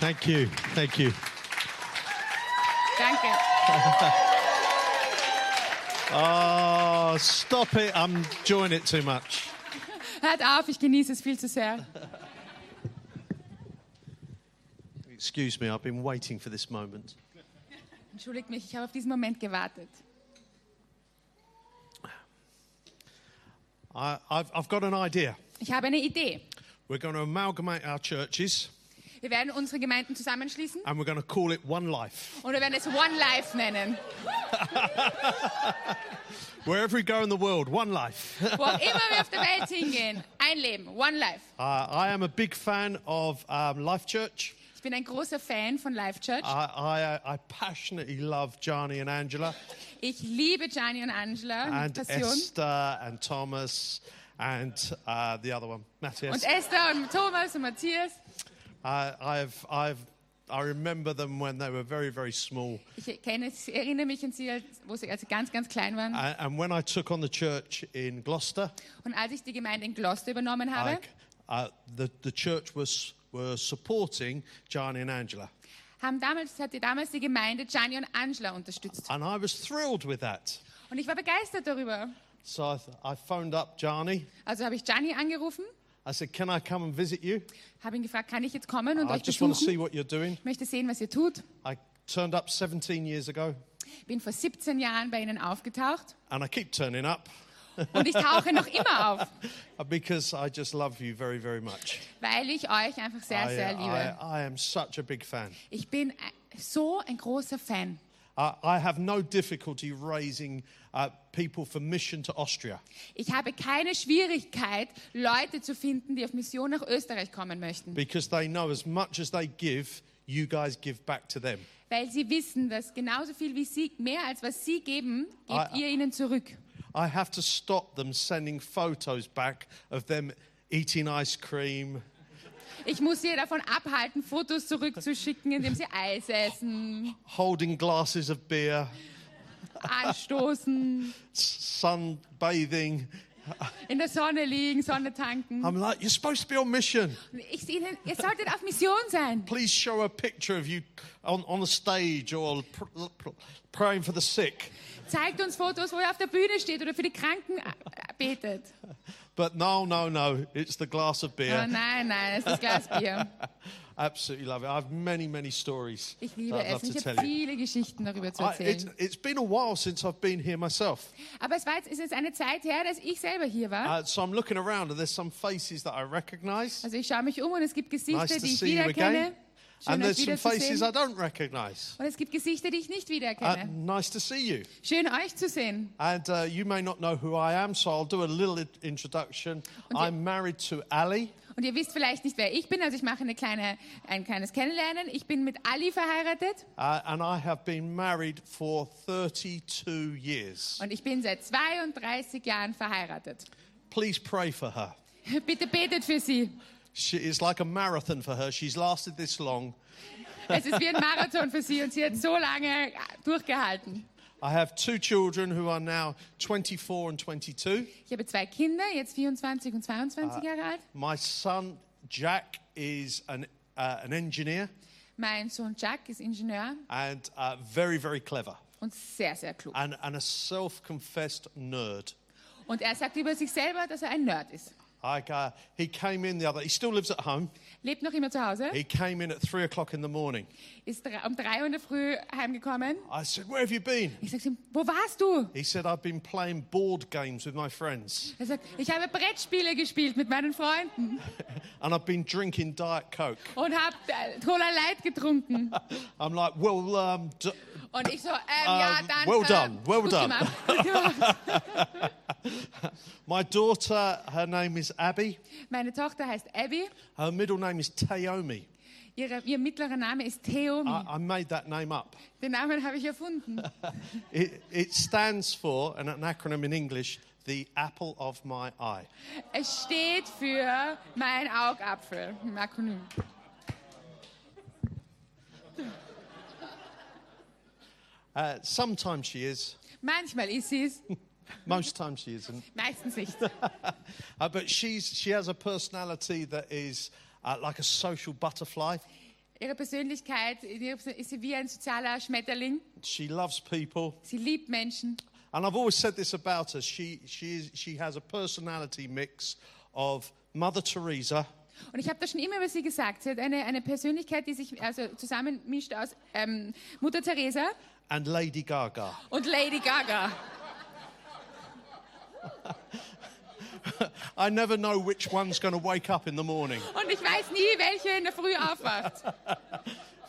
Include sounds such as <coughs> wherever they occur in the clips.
Thank you. Thank you. Danke. Oh, stop it. I'm enjoying it too much. Hört auf, ich genieße es viel zu sehr. Excuse me, I've been waiting for this moment. Entschuldigt mich, ich habe auf diesen Moment gewartet. I, I've, I've got an idea. Ich habe eine Idee. We're going to amalgamate our churches Wir werden unsere Gemeinden zusammenschließen and we're going to call it One Life. und wir werden es One Life nennen. Wherever we go in the world, One Life. Wo auch immer wir auf der Welt hingehen, ein Leben, One Life. <laughs> Uh, I am a big fan of um, Life Church. Ich bin ein großer Fan von Life Church. I, I, I passionately love Johnny and Angela Ich liebe Gianni und Angela mit and Passion. Esther and Thomas and uh, the other one, Und Matthias. Esther und Thomas und Matthias. Uh, I've, I've, I remember them when they were very, very small. Ich kenne, sie- erinnere mich an sie, als, wo sie, als sie ganz, ganz klein waren. And, and when I took on the church in Gloucester, Und als ich die Gemeinde in Gloucester übernommen habe, like, uh, the, the church was were supporting Johnny and Angela. haben damals, hat die damals die Gemeinde Gianni und Angela unterstützt. And I was thrilled with that. Und ich war begeistert darüber. So I, th- I phoned up Johnny. Also habe ich Gianni angerufen, I said, Can I come and visit you? habe ihn gefragt, kann ich jetzt kommen und I euch just want to see besuchen? what you're doing. Ich möchte sehen, was ihr tut. I turned up 17 years ago, Bin vor 17 Jahren bei Ihnen aufgetaucht and I keep turning up und ich tauche noch immer auf, because I just love you very, very much. weil ich euch einfach sehr, I, sehr I, liebe. I am such a big fan. Ich bin ein- so ein großer Fan. I, Uh, I have no difficulty raising uh, people for mission to Austria. Ich habe keine Schwierigkeit, Leute zu finden, die auf Mission nach Österreich kommen möchten, because they know as much as they give, you guys give back to them. weil sie wissen, dass genauso viel wie sie, mehr als was sie geben, gebt I- ihr ihnen zurück. I have to stop them sending photos back of them eating ice cream. Ich muss sie davon abhalten, Fotos zurückzuschicken, indem sie Eis essen, Holding glasses of beer, anstoßen, s- sunbathing. in der Sonne liegen, Sonne tanken. I'm like, you're supposed to be on mission. Ich, ihnen, ihr solltet auf Mission sein. Please show a picture of you on, on the stage or pr- pr- praying for the sick. Zeigt uns Fotos, wo ihr auf der Bühne steht oder für die Kranken äh, betet. But no, no, no, it's the glass of Oh beer. nein, nein, es ist Glas Bier. Absolutely love it. I have many, many stories Ich that liebe I'd love es. und to Ich tell habe you. viele Geschichten darüber zu I, it's, erzählen. it's been a while since I've been here myself. Aber es war jetzt, ist jetzt eine Zeit her, dass ich selber hier war. Uh, so I'm looking around and there's some faces that I recognize. Also ich schaue mich um und es gibt Gesichter, Nice to die ich see you wiedererkenne. again. Schön, And euch there's some faces wiederzusehen. I don't recognize. Und es gibt Gesichter, die ich nicht Uh, wiedererkenne. nice to see you. Schön, euch zu sehen. And uh, you may not know who I am, so I'll do a little i- introduction. I'm married to Ali. Und ihr wisst vielleicht nicht, wer ich bin. Also ich mache eine kleine, ein kleines Kennenlernen. Ich bin mit Ali verheiratet Uh, and I have been married for 32 years. und ich bin seit 32 Jahren verheiratet. <laughs> Please pray for her. Bitte betet für sie. She, it's like a marathon for her. She's lasted this long. Es ist wie ein Marathon für sie und sie hat so lange durchgehalten. I have two children who are now 24 and 22. Ich habe zwei Kinder, jetzt 24 und 22 Jahre alt. My son Jack is an, uh, an engineer Mein Sohn Jack ist Ingenieur and uh, very, very clever und sehr, sehr klug. and, and a self confessed nerd. Und er sagt über sich selber, dass er ein Nerd ist. Like, uh, he came in the other, he still lives at home. Lebt noch immer zu Hause, He came in at three o'clock in the morning. ist dr- um 3 Uhr in der Früh heimgekommen. I said, Where have you been? Ich sage ihm, wo warst du? He said, I've been playing board games with my friends Er sagt, ich habe Brettspiele gespielt mit meinen Freunden and I've been drinking Diet Coke. und habe äh, Cola Light getrunken. I'm like, Well, um, d- Und ich so, ähm, ja, Ähm, dann. well äh, done, well gut done. Gemacht, gut gemacht. my daughter, her name is Abby. <laughs> Meine Tochter heißt Abby, Her middle name is Taomi. ihre, ihr mittlerer Name ist Theomi. I, I made that name up. Den Namen habe ich erfunden. It, it stands for, and an acronym in English, the apple of my eye. Es steht für mein Augapfel, im Akronym. Uh, sometimes she is, Manchmal ist sie es, most times she isn't. meistens nicht. Uh, but she's, she has a personality that is uh, like a social butterfly. Ihre Persönlichkeit, in ihrer Persön- ist sie wie ein sozialer Schmetterling. She loves people. Sie liebt Menschen. And I've always said this about her. She, she, is- she has a personality mix of Mother Teresa Und ich habe das schon immer über sie gesagt. Sie hat eine, eine Persönlichkeit, die sich also zusammenmischt aus ähm, Mutter Teresa and Lady Gaga. und Lady Gaga. I never know which one's going to wake up in the morning, Und ich weiß nie, welche in der Früh aufwacht.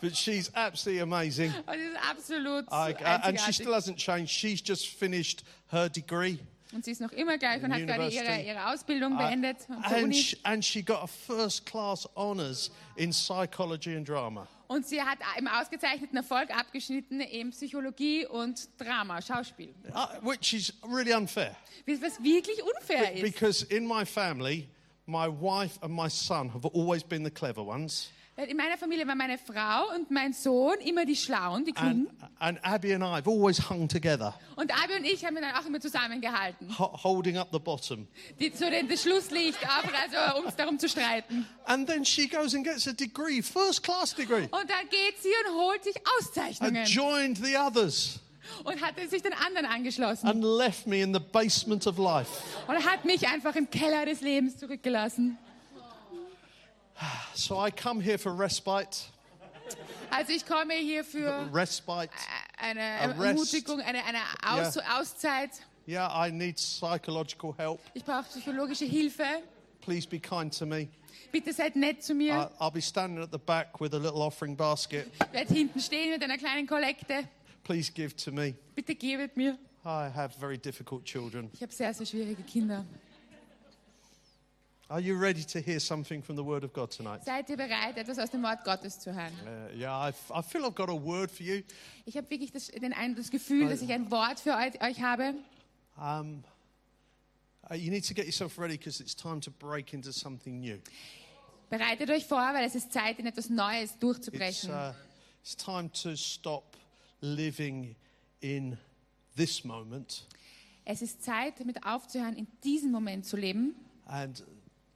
but she's absolutely amazing. Und das ist absolut I, and she einzigartig. still hasn't changed. She's just finished her degree. Und sie ist noch immer gleich und hat gerade ihre, University. ihre Ausbildung Ah, beendet von der and, Uni. she, and she got a first class honours in psychology and drama. Und sie hat im ausgezeichneten Erfolg abgeschnitten in Psychologie und Drama, Schauspiel. Uh, which is really unfair Wisst ihr, Was wirklich unfair ist. because in my family, my wife and my son have always been the clever ones, Weil in meiner Familie war meine Frau und mein Sohn immer die Schlauen, die and, Klugen. and Abby and I have always hung together, Und Abi und ich haben dann auch immer zusammengehalten. ho- holding up the bottom. Die, so den, das Schlusslicht auf, also um es darum zu streiten. And then she goes and gets a degree, first class degree, Und dann geht sie und holt sich and Auszeichnungen joined the others und hat sich den anderen angeschlossen and left me in the basement of life. und hat mich einfach im Keller des Lebens zurückgelassen. So I come here for respite, Also ich komme hier für respite. eine Arrest. Ermutigung, eine, eine Aus Auszeit. Yeah, I need psychological help. Ich brauche psychologische Hilfe. Please be kind to me. Bitte seid nett zu mir. I- I'll be standing at the back with a little offering basket. Ich werde hinten stehen mit einer kleinen Kollekte. Please give to me. Bitte gebet mir. I have very difficult children. Ich habe sehr, sehr schwierige Kinder. Are you ready to hear something from the Word of God tonight? Seid ihr bereit, etwas aus dem Wort Gottes zu hören? Uh, yeah, I, f- I feel I've got a word for you. Ich habe wirklich das, den, Ein- das Gefühl, dass ich ein Wort für euch, euch habe. Um, uh, you need to get yourself ready because it's time to break into something new. Bereitet euch vor, weil es ist Zeit, in etwas Neues It's, durchzubrechen. uh, it's time to stop living in this moment es ist Zeit, damit aufzuhören, in diesem Moment zu leben and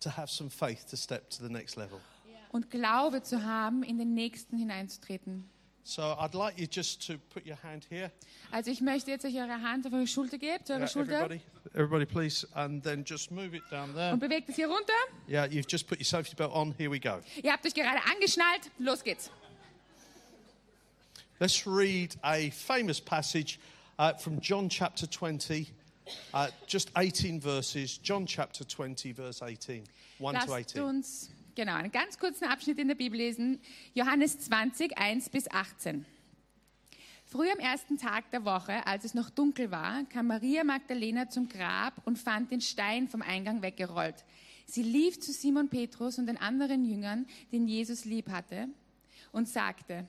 to have some faith to step to the next level. und Glaube zu haben, in den Nächsten hineinzutreten. So I'd like you just to put your hand here. Also ich möchte jetzt euch eure Hand auf eure Schulter geben, zu eurer Yeah, Schulter. everybody, everybody, please, and then just move it down there. Und bewegt es hier runter. Yeah, you've just put your safety belt on. Here we go. Ihr habt euch gerade angeschnallt. Los geht's. Let's read a famous passage uh, from John chapter 20, uh, just 18 verses. John chapter 20, verse 18, 1 to Lasst 18. uns genau einen ganz kurzen Abschnitt in der Bibel lesen. Johannes 20, 1 bis 18. Früh am ersten Tag der Woche, als es noch dunkel war, kam Maria Magdalena zum Grab und fand den Stein vom Eingang weggerollt. Sie lief zu Simon Petrus und den anderen Jüngern, den Jesus lieb hatte, und sagte,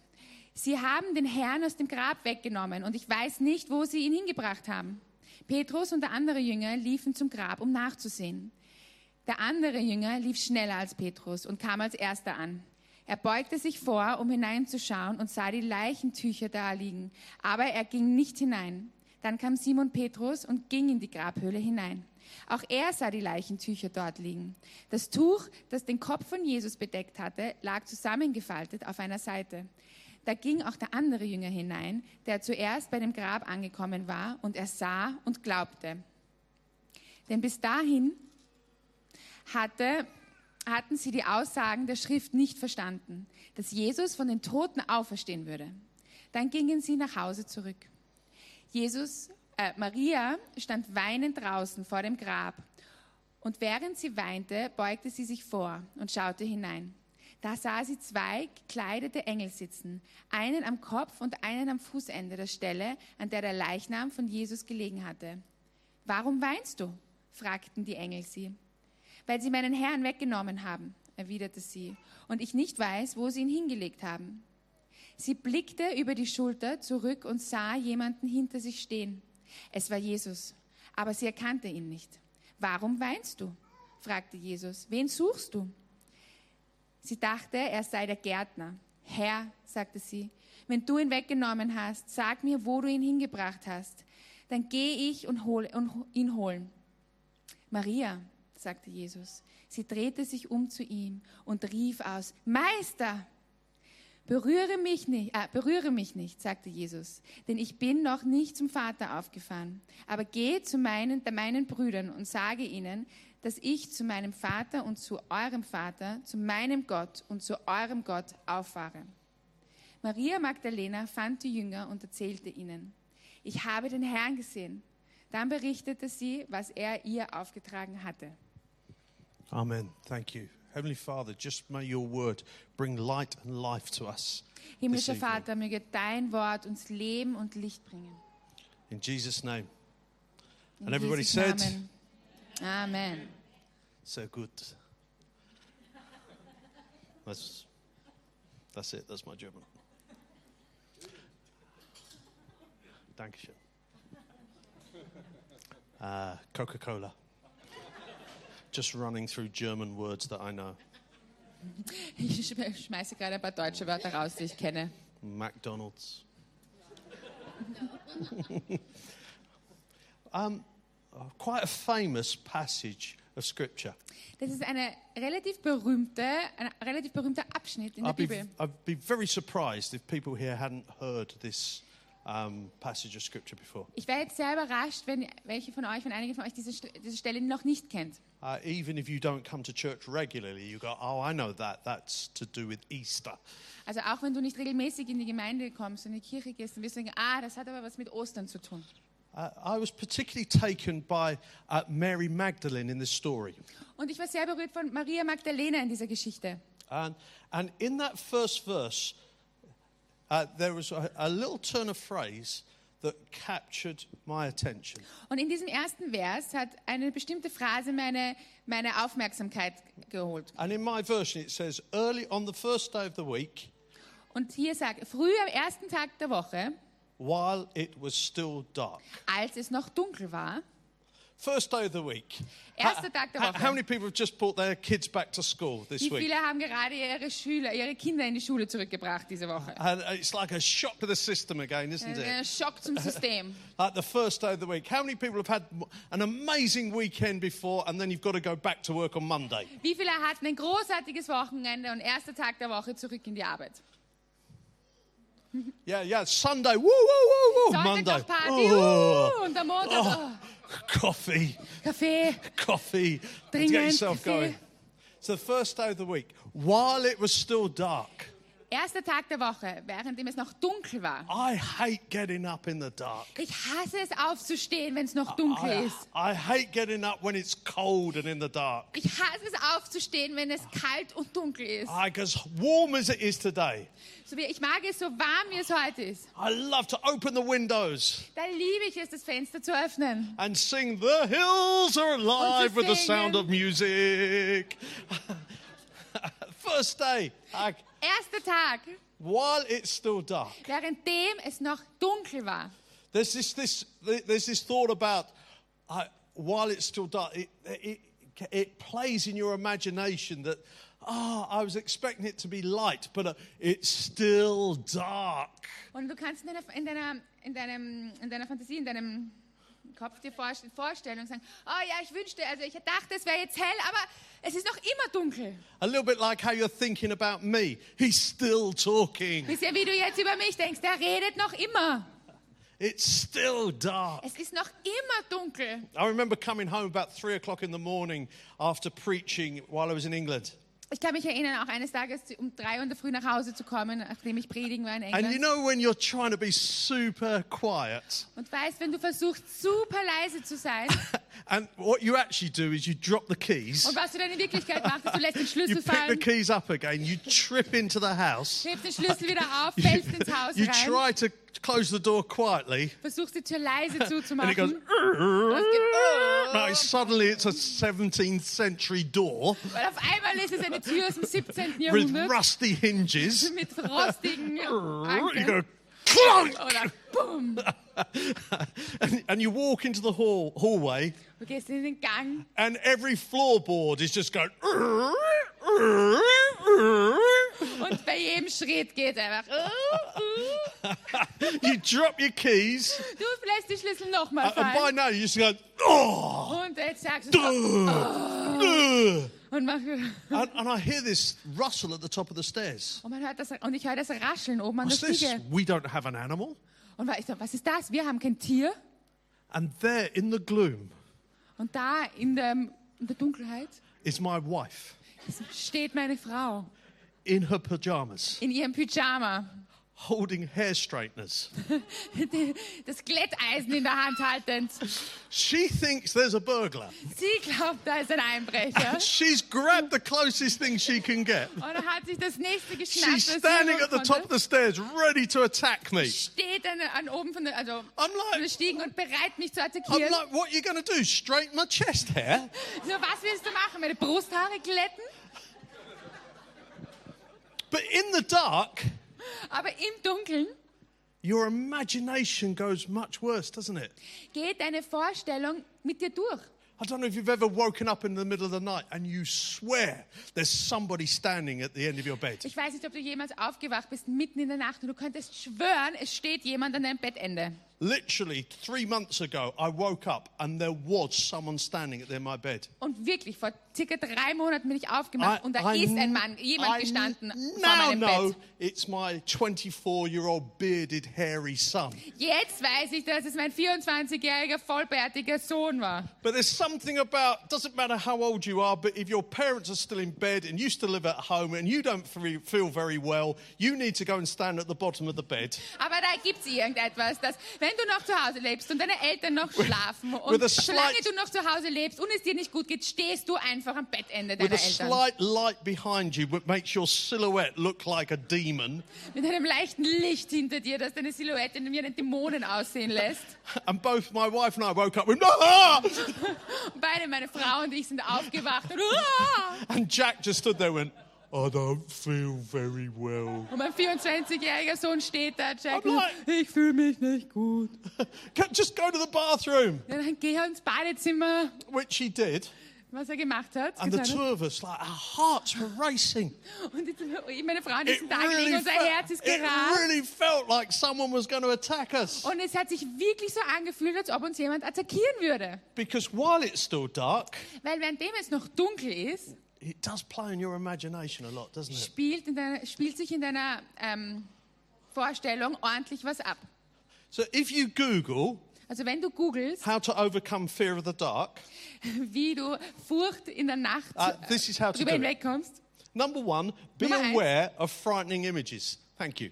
Sie haben den Herrn aus dem Grab weggenommen und ich weiß nicht, wo Sie ihn hingebracht haben. Petrus und der andere Jünger liefen zum Grab, um nachzusehen. Der andere Jünger lief schneller als Petrus und kam als erster an. Er beugte sich vor, um hineinzuschauen und sah die Leichentücher da liegen, aber er ging nicht hinein. Dann kam Simon Petrus und ging in die Grabhöhle hinein. Auch er sah die Leichentücher dort liegen. Das Tuch, das den Kopf von Jesus bedeckt hatte, lag zusammengefaltet auf einer Seite. Da ging auch der andere Jünger hinein, der zuerst bei dem Grab angekommen war, und er sah und glaubte. Denn bis dahin hatte, hatten sie die Aussagen der Schrift nicht verstanden, dass Jesus von den Toten auferstehen würde. Dann gingen sie nach Hause zurück. Jesus, äh, Maria stand weinend draußen vor dem Grab. Und während sie weinte, beugte sie sich vor und schaute hinein. Da sah sie zwei gekleidete Engel sitzen, einen am Kopf und einen am Fußende der Stelle, an der der Leichnam von Jesus gelegen hatte. Warum weinst du? fragten die Engel sie. Weil sie meinen Herrn weggenommen haben, erwiderte sie, und ich nicht weiß, wo sie ihn hingelegt haben. Sie blickte über die Schulter zurück und sah jemanden hinter sich stehen. Es war Jesus, aber sie erkannte ihn nicht. Warum weinst du? fragte Jesus. Wen suchst du? Sie dachte, er sei der Gärtner. Herr, sagte sie, wenn du ihn weggenommen hast, sag mir, wo du ihn hingebracht hast. Dann gehe ich und, hol, und ho- ihn holen. Maria, sagte Jesus. Sie drehte sich um zu ihm und rief aus, Meister! Berühre mich nicht, äh, berühre mich nicht, sagte Jesus, denn ich bin noch nicht zum Vater aufgefahren. Aber geh zu meinen, meinen Brüdern und sage ihnen, dass ich zu meinem Vater und zu eurem Vater, zu meinem Gott und zu eurem Gott auffahre. Maria Magdalena fand die Jünger und erzählte ihnen, ich habe den Herrn gesehen. Dann berichtete sie, was er ihr aufgetragen hatte. Amen. Thank you. Heavenly Father, just may your word bring light and life to us. this Himmlischer evening. Vater, möge dein Wort uns Leben und Licht bringen. In Jesus' name. In And everybody Jesu said- Namen. Amen. So good. That's, that's it. That's my German. Dankeschön. Uh, Coca Cola. Just running through German words that I know. Ich sch- schmeiße gerade ein paar deutsche Wörter raus, die ich kenne. McDonald's. <laughs> um, quite a famous passage of scripture. Das ist eine relativ berühmte, ein relativ berühmter Abschnitt in der I'd be, Bibel. I'd be very surprised if people here hadn't heard this um, passage of scripture before. Ich wäre jetzt sehr überrascht, wenn welche von euch, wenn einige von euch diese, St- diese Stelle noch nicht kennt. Uh, even if you don't come to church regularly, you go, oh, I know that. That's to do with Easter. Also auch wenn du nicht regelmäßig in die Gemeinde kommst und in die Kirche gehst, dann wirst du denken, ah, das hat aber was mit Ostern zu tun. Uh, I was particularly taken by uh, Mary Magdalene in this story. Und ich war sehr berührt von Maria Magdalena in dieser Geschichte. And, and in that first verse, uh, there was a, a little turn of phrase that captured my attention. Und in diesem ersten Vers hat eine bestimmte Phrase meine, meine Aufmerksamkeit geholt. And in my version, it says, early on the first day of the week, Und hier sagt, früh am ersten Tag der Woche, while it was still dark. als es noch dunkel war, First day of the week. Erster Tag der How, Woche. how many people have just brought their kids back to school this Wie week? viele haben gerade ihre Schüler, ihre Kinder in die Schule zurückgebracht diese Woche? And uh, it's like a shock to the system again, isn't Ein it? Schock zum System. Like the first day of the week. How many people have had m- an amazing weekend before and then you've got to go back to work on Monday? Wie viele hatten ein großartiges Wochenende und erster Tag der Woche zurück in die Arbeit? Yeah, yeah, Sunday. Woo, woo, woo, woo. Sonntag Monday. noch Party Oh, uh, und am Montag Oh. oh, coffee, Kaffee. coffee. Dringend, Get yourself coffee. going. So the first day of the week, while it was still dark, Erster Tag der Woche, während es noch dunkel war. I hate getting up in the dark. Ich hasse es aufzustehen, wenn es noch dunkel I, ist. I hate getting up when it's cold and in the dark. Ich hasse es aufzustehen, wenn es kalt und dunkel ist. Because warm as it is today, So wie, ich mag es so warm, wie es heute ist. I love to open the windows Da liebe ich es, das Fenster zu öffnen. and sing The Hills Are Alive with the singen. Sound of Music. <laughs> First day, I, Erster Tag, while it's still dark, währenddem es noch dunkel war. there's this, this, there's this thought about uh, while it's still dark, it, it, it plays in your imagination that, ah, I was expecting it to be light, but uh, it's still dark. Und du kannst in deiner, in deiner, in deinem, in deiner Fantasie, in deinem Kopf dir vorst- vorstellen und sagen, oh ja, ich wünschte, also ich dachte, es wäre jetzt hell, aber es ist noch immer dunkel. A little bit like how you're thinking about me. He's still talking. Wisst ihr, wie du jetzt über mich denkst? Der redet noch immer. It's still dark. Es ist noch immer dunkel. I remember coming home about three o'clock in the morning after preaching while I was in England. Ich kann mich erinnern, auch eines Tages um drei Uhr in der Früh nach Hause zu kommen, nachdem ich predigen war in And you England. know when you're trying to be super quiet, Und weißt, wenn du versuchst, super leise zu sein, and what you actually do is you drop the keys, und was du dann in Wirklichkeit machst, ist, du lässt den you Schlüssel pick the fallen, keys up again, you trip into the house, hebst den Schlüssel wieder auf, <laughs> you, fällst ins Haus you rein, try to close the door quietly, versuchst die Tür leise and it goes. zuzumachen. "Arr." geht, Like, suddenly, it's a 17th century door Weil auf einmal ist es eine Tür aus dem 17. with Jahrhundert rusty hinges. <laughs> mit rostigen you Angeln. go clunk, Oder bumm. and, and you walk into the hall, hallway, Du gehst in den Gang and every floorboard is just going. "Rrr, rrr, rrr." und bei jedem Schritt geht einfach. Uh, uh. you drop your keys, Du lässt die Schlüssel Äh, nochmal and by fallen. now you just go. Oh, Und jetzt sagst du, ugh, ugh." und mache. And, and I hear this rustle at the top of the stairs. Und, man hört das, und ich höre das Rascheln oben an der What's this? Stiege. We don't have an animal. Und war ich so, was ist das? Wir haben kein Tier. And there in the gloom Und da in, dem, in der Dunkelheit is my wife steht meine Frau in her pajamas, in ihrem Pyjama, <laughs> holding hair straighteners. das Glätteisen in der Hand haltend. She thinks there's a burglar. Sie glaubt, da ist ein Einbrecher. <laughs> She's grabbed the closest thing she can get. Und er hat sich das nächste geschnappt. She's das sie standing holen at the konnte. top of the stairs, ready to attack me. steht an, an oben von der, also von I'm der like, Stiegen und bereit, mich zu I'm attackieren. like, what are you going to do? Straighten my chest hair? So, was willst du machen? Meine Brusthaare glätten? But in the dark, Aber im Dunkeln your imagination goes much worse, doesn't it? geht deine Vorstellung mit dir durch. I don't know if you've ever woken up in the middle of the night and you swear there's somebody standing at the end of your bed. Ich weiß nicht, ob du jemals aufgewacht bist, mitten in der Nacht, und du könntest schwören, es steht jemand an deinem Bettende. Literally, three months ago, I woke up and there was someone standing at the end of my bed. Und wirklich, vor circa drei Monaten bin ich aufgemacht und da I- ist ein Mann, jemand I gestanden vor now meinem know Bett. it's my 24-year-old bearded, hairy son. Jetzt weiß ich, dass es mein 24-jähriger, vollbärtiger Sohn war. But there's something about doesn't matter how old you are, but if your parents are still in bed and you still live at home and you don't fe- feel very well, you need to go and stand at the bottom of the bed Aber da gibt es irgendetwas, dass wenn du noch zu Hause lebst und deine Eltern noch schlafen with a und solange slight- du noch zu Hause lebst und es dir nicht gut geht, stehst du einfach am Bettende with deiner a Eltern. slight light behind you, which makes your silhouette look like a demon, Mit einem leichten Licht hinter dir, das deine Silhouette wie einen Dämonen aussehen lässt. and both my wife and I woke up with ah! Und beide, meine Frau und ich, sind aufgewacht und, uah! and Jack just stood there and went, I don't feel very well. und mein 24-jähriger Sohn steht da, Jack, Aber- ich fühle mich nicht gut. Go- Just go to the bathroom, Ja, dann geh ins Badezimmer, which he did, was er gemacht hat. and the getan two of us, like our hearts were racing. hat. Und die- oh, meine Frau an It diesem Tag liegen, unser fe- Herz ist it gerast. really felt like someone was going to attack us. Und es hat sich wirklich so angefühlt, als ob uns jemand attackieren würde. Because while it's still dark, Weil währenddem es noch dunkel ist, it does play on your imagination a lot, doesn't it? spielt, in deiner, spielt sich in deiner ähm, Vorstellung ordentlich was ab. So if you Google Also wenn du googelst, <laughs> how to overcome fear of the dark, wie du Furcht in der Nacht Ah, this is how to drüber do it. hinwegkommst. number one, be Nummer eins. aware of frightening images. Thank you.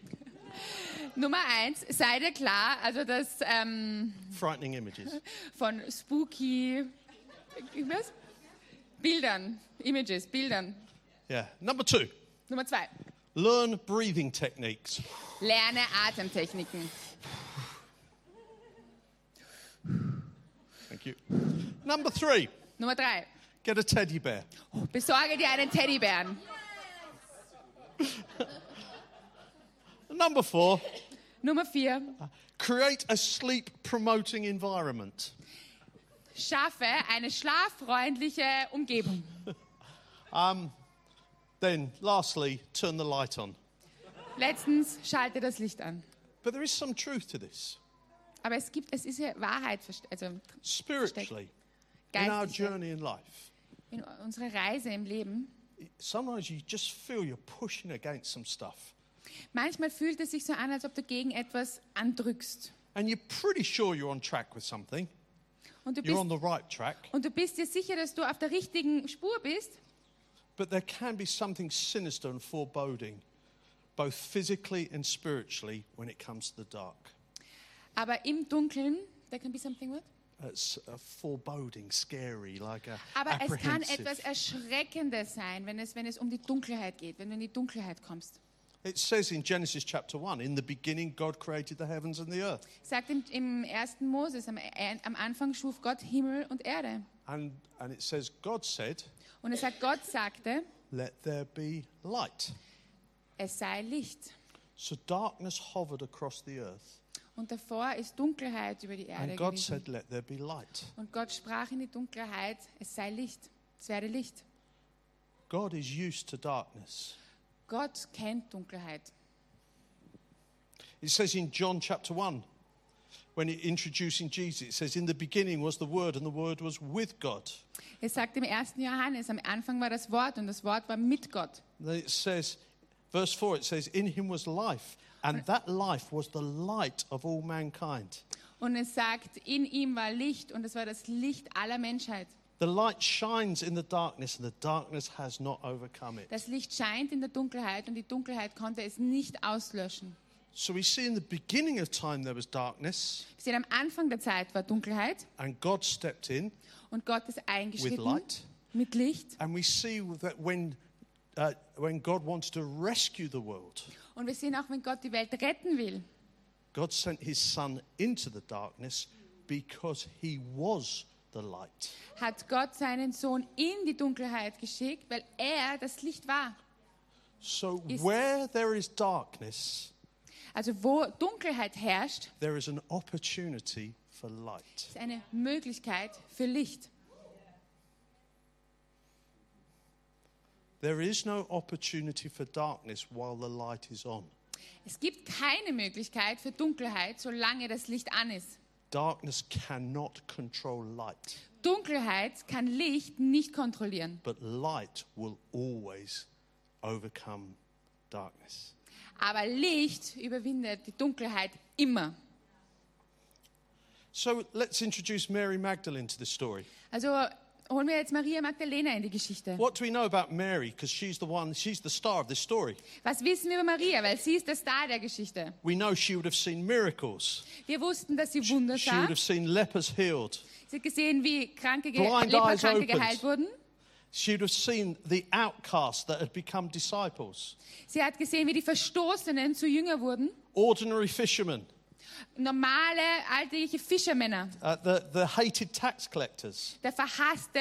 Nummer eins, sei dir klar, also das ähm, Frightening images. von spooky was? Bildern, Images, Bildern. Yeah. Number two, Nummer zwei, learn breathing techniques. lerne Atemtechniken. Thank you. Number three, Nummer drei, get a teddy bear. besorge dir einen Teddybären. Number four, Nummer vier, create a sleep promoting environment. schaffe eine schlaffreundliche Umgebung. Then, lastly, turn the light on. Letztens schalte das Licht an. But there is some truth to this. Aber es gibt, es ist ja Wahrheit, verst- also Spiritually, in our geistig, journey in life, in unserer Reise im Leben. sometimes you just feel you're pushing against some stuff. Manchmal fühlt es sich so an, als ob du gegen etwas andrückst. And you're pretty sure you're on track with something, Und du, you're bist, on the right track, und du bist dir sicher, dass du auf der richtigen Spur bist, but there can be something sinister and foreboding, both physically and spiritually, when it comes to the dark. aber im Dunkeln, there can be something what? It's a foreboding, scary, like a. Aber es kann apprehensive. etwas Erschreckendes sein, wenn es, wenn es um die Dunkelheit geht, wenn du in die Dunkelheit kommst. It says in Genesis chapter 1 In the beginning, God created the heavens and the earth. Sagt im, im 1. Moses, am, äh, am Anfang schuf Gott Himmel und Erde. And, and it says, God said, Und es sagt, Gott sagte, Let there be light. es sei Licht. So darkness hovered across the earth. Und davor ist Dunkelheit über die Erde And God gewesen. said, Let there be light. Und Gott sprach in die Dunkelheit, es sei Licht, es werde Licht. God is used to darkness. Gott kennt Dunkelheit. It says in John chapter 1 when it introducing Jesus. It says, In the beginning was the Word, and the Word was with God. Es sagt im 1. Johannes, am Anfang war das Wort und das Wort war mit Gott. Then it says, verse 4, it says, In him was life, and that life was the light of all mankind. Und es sagt, in ihm war Licht und es war das Licht aller Menschheit. The light shines in the darkness, and the darkness has not overcome it. Das Licht scheint in der Dunkelheit und die Dunkelheit konnte es nicht auslöschen. So we see in the beginning of time there was darkness, Wir sehen, am Anfang der Zeit war Dunkelheit and God stepped in und Gott ist with eingeschritten light. mit Licht. And we see that when, uh, when God wanted to rescue the world, Und wir sehen auch, wenn Gott die Welt retten will, God sent his son into the darkness because he was the light. hat Gott seinen Sohn in die Dunkelheit geschickt, weil er das Licht war. So Is- where there is darkness, Also wo Dunkelheit herrscht, there is an opportunity for light. ist eine Möglichkeit für Licht. There is no opportunity for darkness while the light is on. Es gibt keine Möglichkeit für Dunkelheit, solange das Licht an ist. Darkness cannot control light, Dunkelheit kann Licht nicht kontrollieren, but light will always overcome darkness. aber Licht überwindet die Dunkelheit immer. So let's introduce Mary Magdalene to this story. Also holen wir jetzt Maria Magdalena in die Geschichte. What do we know about Mary? Because she's the one, she's the star of this story. Was wissen wir über Maria? Weil sie ist der Star der Geschichte. We know she would have seen miracles. Wir wussten, dass sie She Wunder would sah. have seen lepers healed. Sie hat gesehen, wie Kranke ge Blind eyes Leperkranke opened. geheilt wurden. She would have seen the outcasts that had become disciples, Sie hat gesehen, wie die Verstoßenen zu Jünger wurden. ordinary fishermen, Normale, alltägliche Fischermänner. uh, the, the hated tax collectors, Der verhasste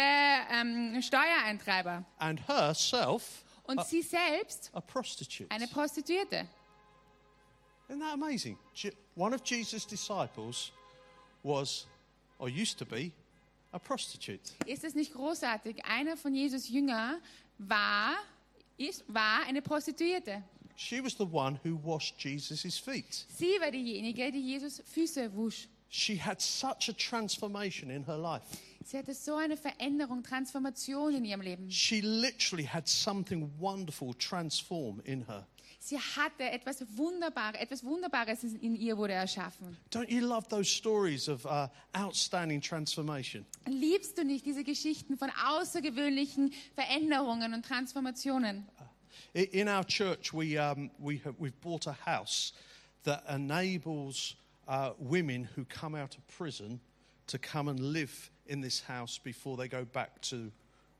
ähm, Steuereintreiber. and herself Und sie selbst a prostitute. eine Prostituierte. Isn't that amazing? Je- One of Jesus' disciples was, or used to be, a prostitute. Ist es nicht großartig? Einer von Jesus Jünger war, ist, war eine Prostituierte. She was the one who washed Jesus' feet. Sie war diejenige, die Jesus Füße wusch. She had such a transformation in her life. Sie hatte so eine Veränderung, Transformation in ihrem Leben. She literally had something wonderful transform in her. Sie hatte etwas Wunderbares, etwas Wunderbares in ihr wurde erschaffen. Don't you love those stories of uh, outstanding transformation? Liebst du nicht diese Geschichten von außergewöhnlichen Veränderungen und Transformationen? I- In our church, we, um, we have, we've bought a house that enables uh, women who come out of prison to come and live in this house before they go back to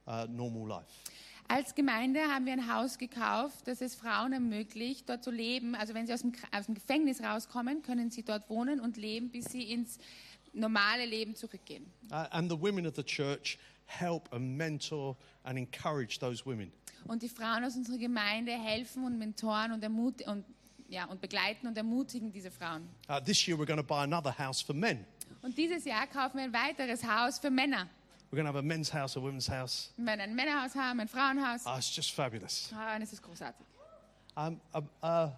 uh, normal life. Als Gemeinde haben wir ein Haus gekauft, das es Frauen ermöglicht, dort zu leben. Also wenn sie aus dem, Kr- aus dem Gefängnis rauskommen, können sie dort wohnen und leben, bis sie ins normale Leben zurückgehen. Uh, and the women of the church help and mentor and encourage those women. Und die Frauen aus unserer Gemeinde helfen und mentoren und, ermut und, ja, und begleiten und ermutigen diese Frauen. Uh, this year, we're going to buy another house for men. Und dieses Jahr kaufen wir ein weiteres Haus für Männer. We're going to have a men's house, a women's house. Wir werden ein Männerhaus haben, ein Frauenhaus. Ah, it's just fabulous. Ah, und es ist großartig. Um, uh, uh,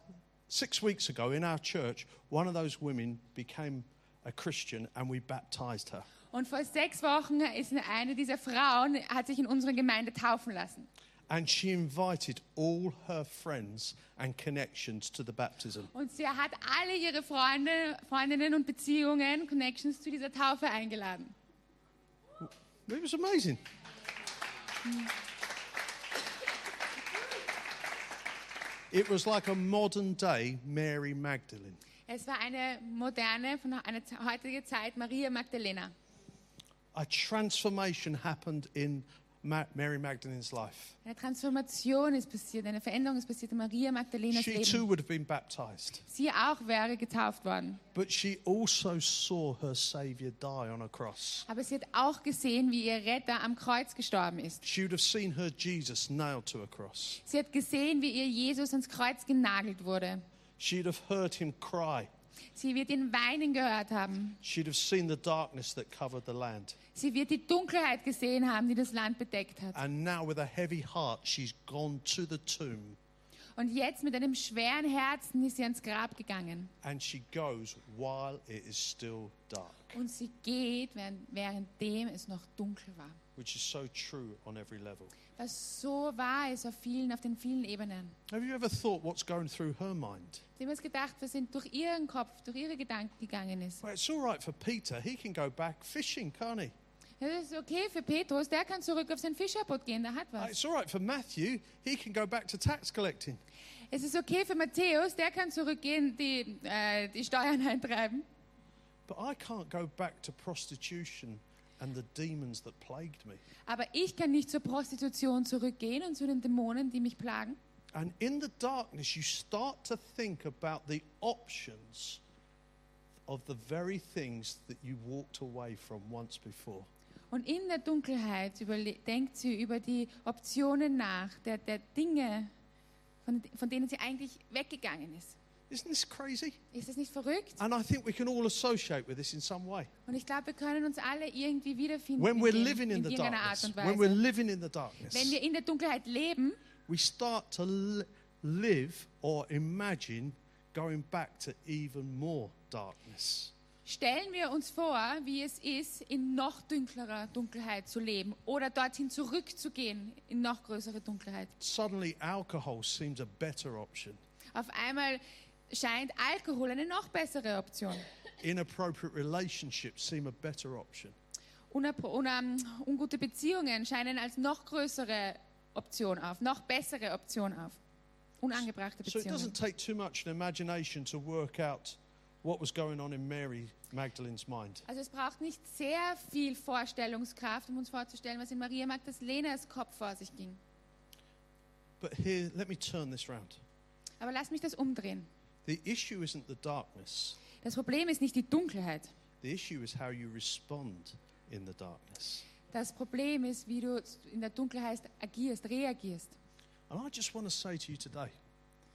six weeks ago in our church, one of those women became a Christian and we baptized her. Und vor sechs Wochen ist eine dieser Frauen, hat sich in unserer Gemeinde taufen lassen. And she invited all her friends and connections to the baptism. Und sie hat alle ihre Freunde, Freundinnen und Beziehungen, Connections zu dieser Taufe eingeladen. It was amazing. It was like a modern day Mary Magdalene. Es war eine moderne, von einer Z- heutiger Zeit, Maria Magdalena. A transformation happened in Ma- Mary Magdalene's life. Eine Transformation ist passiert, eine Veränderung ist passiert in Maria Magdalenas She too Leben. would have been baptized. Sie auch wäre getauft worden. But she also saw her Saviour die on a cross. Aber sie hat auch gesehen, wie ihr Retter am Kreuz gestorben ist. She would have seen her Jesus nailed to a cross. Sie hat gesehen, wie ihr Jesus ans Kreuz genagelt wurde. She'd have heard him cry. Sie wird ihn weinen gehört haben. She'd have seen the darkness that covered the land. Sie wird die Dunkelheit gesehen haben, die das Land bedeckt hat. And now, with a heavy heart, she's gone to the tomb Und jetzt mit einem schweren Herzen ist sie ans Grab gegangen. and she goes while it is still dark, Und sie geht, während, währenddem es noch dunkel war. which is so true on every level. Was so wahr ist auf vielen, auf den vielen Ebenen. Have you ever thought what's going through her mind? Sie haben uns gedacht, wir sind durch ihren Kopf, durch ihre Gedanken gegangen ist. Well, it's all right for Peter. He can go back fishing, can't he? Das ist okay für Petrus, der kann zurück auf sein Fischerboot gehen, der hat Uh, was. It's all right for Matthew. He can go back to tax collecting. Es ist okay für Matthäus, der kann zurückgehen, die, äh, die Steuern <laughs> eintreiben. But I can't go back to prostitution and the demons that plagued me. Aber ich kann nicht zur Prostitution zurückgehen und zu den Dämonen, die mich plagen. And in the darkness, you start to think about the options of the very things that you walked away from once before. Und in der Dunkelheit überle- denkt sie über die Optionen nach, der, der Dinge, von, von denen sie eigentlich weggegangen ist. Isn't this crazy? Ist das nicht verrückt? And I think we can all associate with this in some way. Und ich glaube, wir können uns alle irgendwie wiederfinden When we're in, dem- living in in the irgendeiner Art darkness, und when we're Weise. living in the Wenn darkness, wir in der Dunkelheit leben, we start to li- live or imagine going back to even more darkness. stellen wir uns vor, wie es ist, in noch dünklerer Dunkelheit zu leben oder dorthin zurückzugehen in noch größere Dunkelheit. Suddenly, alcohol seems a better option. Auf einmal scheint Alkohol eine noch bessere Option. Inappropriate relationships seem a better option. Unab una, mm, ungute Beziehungen scheinen als noch größere Option auf, noch bessere Option auf. Unangebrachte So it Beziehungen. doesn't take too much an imagination to work out what was going on in Mary Magdalene's mind. Also es braucht nicht sehr viel Vorstellungskraft, um uns vorzustellen, was in Maria Magdalenas Kopf vor sich ging. But here, let me turn this round. Aber lass mich das umdrehen. The issue isn't the darkness, Das Problem ist nicht die Dunkelheit. the issue is how you respond in the darkness. Das Problem ist, wie du in der Dunkelheit agierst, reagierst. And I just want to say to you today,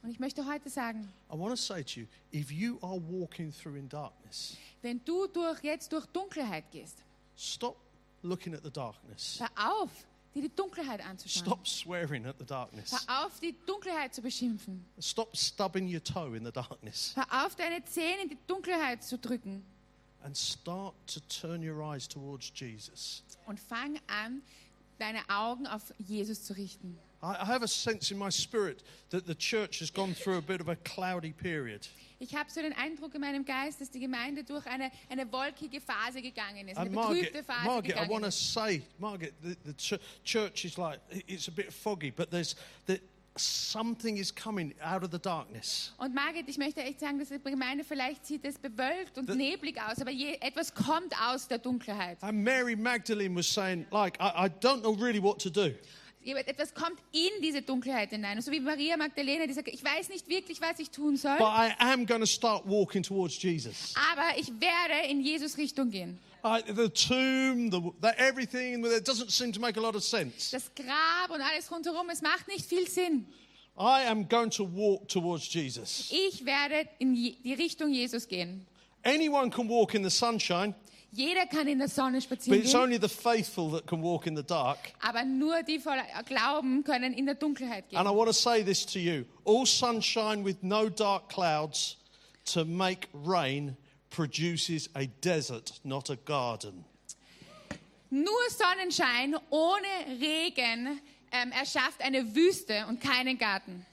Und ich möchte heute sagen, I want to say to you, if you are walking through in darkness, wenn du durch, jetzt durch Dunkelheit gehst, stop looking at the darkness. hör auf, dir die Dunkelheit anzuschauen. Stop swearing at the darkness. Hör auf, die Dunkelheit zu beschimpfen. Stop stubbing your toe in the darkness. Hör auf, deine Zähne in die Dunkelheit zu drücken And start to turn your eyes towards Jesus. und fang an, deine Augen auf Jesus zu richten. I I have a sense in my spirit that the church has gone through a bit of a cloudy period. Ich habe so den Eindruck in meinem Geist, dass die Gemeinde durch eine, eine wolkige Phase gegangen ist, eine And betrübte Margaret, Phase Margaret I gegangen want to ist. say, Margaret, the, the ch- church is like, i- it's a bit foggy, but there's that something is coming out of the darkness. Und Margit, ich möchte echt sagen, dass die Gemeinde vielleicht sieht es bewölkt und Das- neblig aus, aber je, etwas kommt aus der Dunkelheit. And Mary Magdalene was saying, like, I, I don't know really what to do. Etwas kommt in diese Dunkelheit hinein. Und so wie Maria Magdalena, die sagt, ich weiß nicht wirklich, was ich tun soll, But I am going to start walking towards Jesus. aber ich werde in Jesus Richtung gehen. I, the tomb, the, the everything, it doesn't seem to make a lot of sense. Das Grab und alles rundherum, es macht nicht viel Sinn. I am going to walk towards Jesus. Ich werde in Je- die Richtung Jesus gehen. Anyone can walk in the sunshine, Jeder kann in der Sonne But spazieren it's gehen, only the faithful that can walk in the dark. aber nur die voller Glauben können in der Dunkelheit gehen. And I want to say this to you all sunshine with no dark clouds to make rain produces a desert, not a garden. Nur Sonnenschein ohne Regen ähm, erschafft eine Wüste und keinen Garten.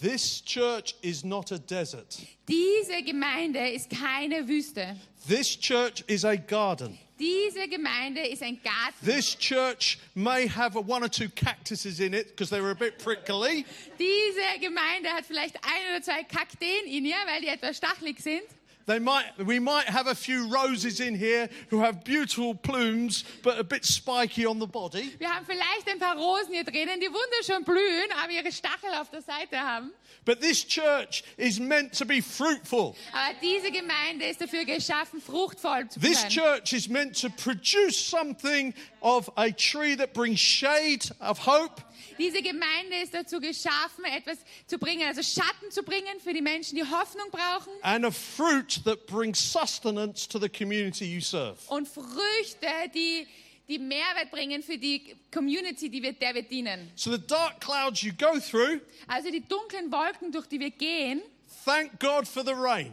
This church is not a desert. Diese Gemeinde ist keine Wüste. This church is a garden. Diese Gemeinde ist ein Garten. This church may have a one or two cactuses in it because they were a bit prickly, Diese Gemeinde hat vielleicht ein oder zwei Kakteen in ihr, weil die etwas stachelig sind. They might, we might have a few roses in here who have beautiful plumes but a bit spiky on the body. Wir haben vielleicht ein paar Rosen hier drinnen, die wunderschön blühen, aber ihre Stachel auf der Seite haben. But this church is meant to be fruitful. Aber diese Gemeinde ist dafür geschaffen, fruchtvoll zu This sein. church is meant to produce something of a tree that brings shade of hope, Diese Gemeinde ist dazu geschaffen, etwas zu bringen, also Schatten zu bringen für die Menschen, die Hoffnung brauchen. and a fruit that brings sustenance to the community you serve. und Früchte, die die Mehrwert bringen für die Community, die wir, der wir dienen. So the dark clouds you go through, Also die dunklen Wolken, durch die wir gehen, thank God for the rain.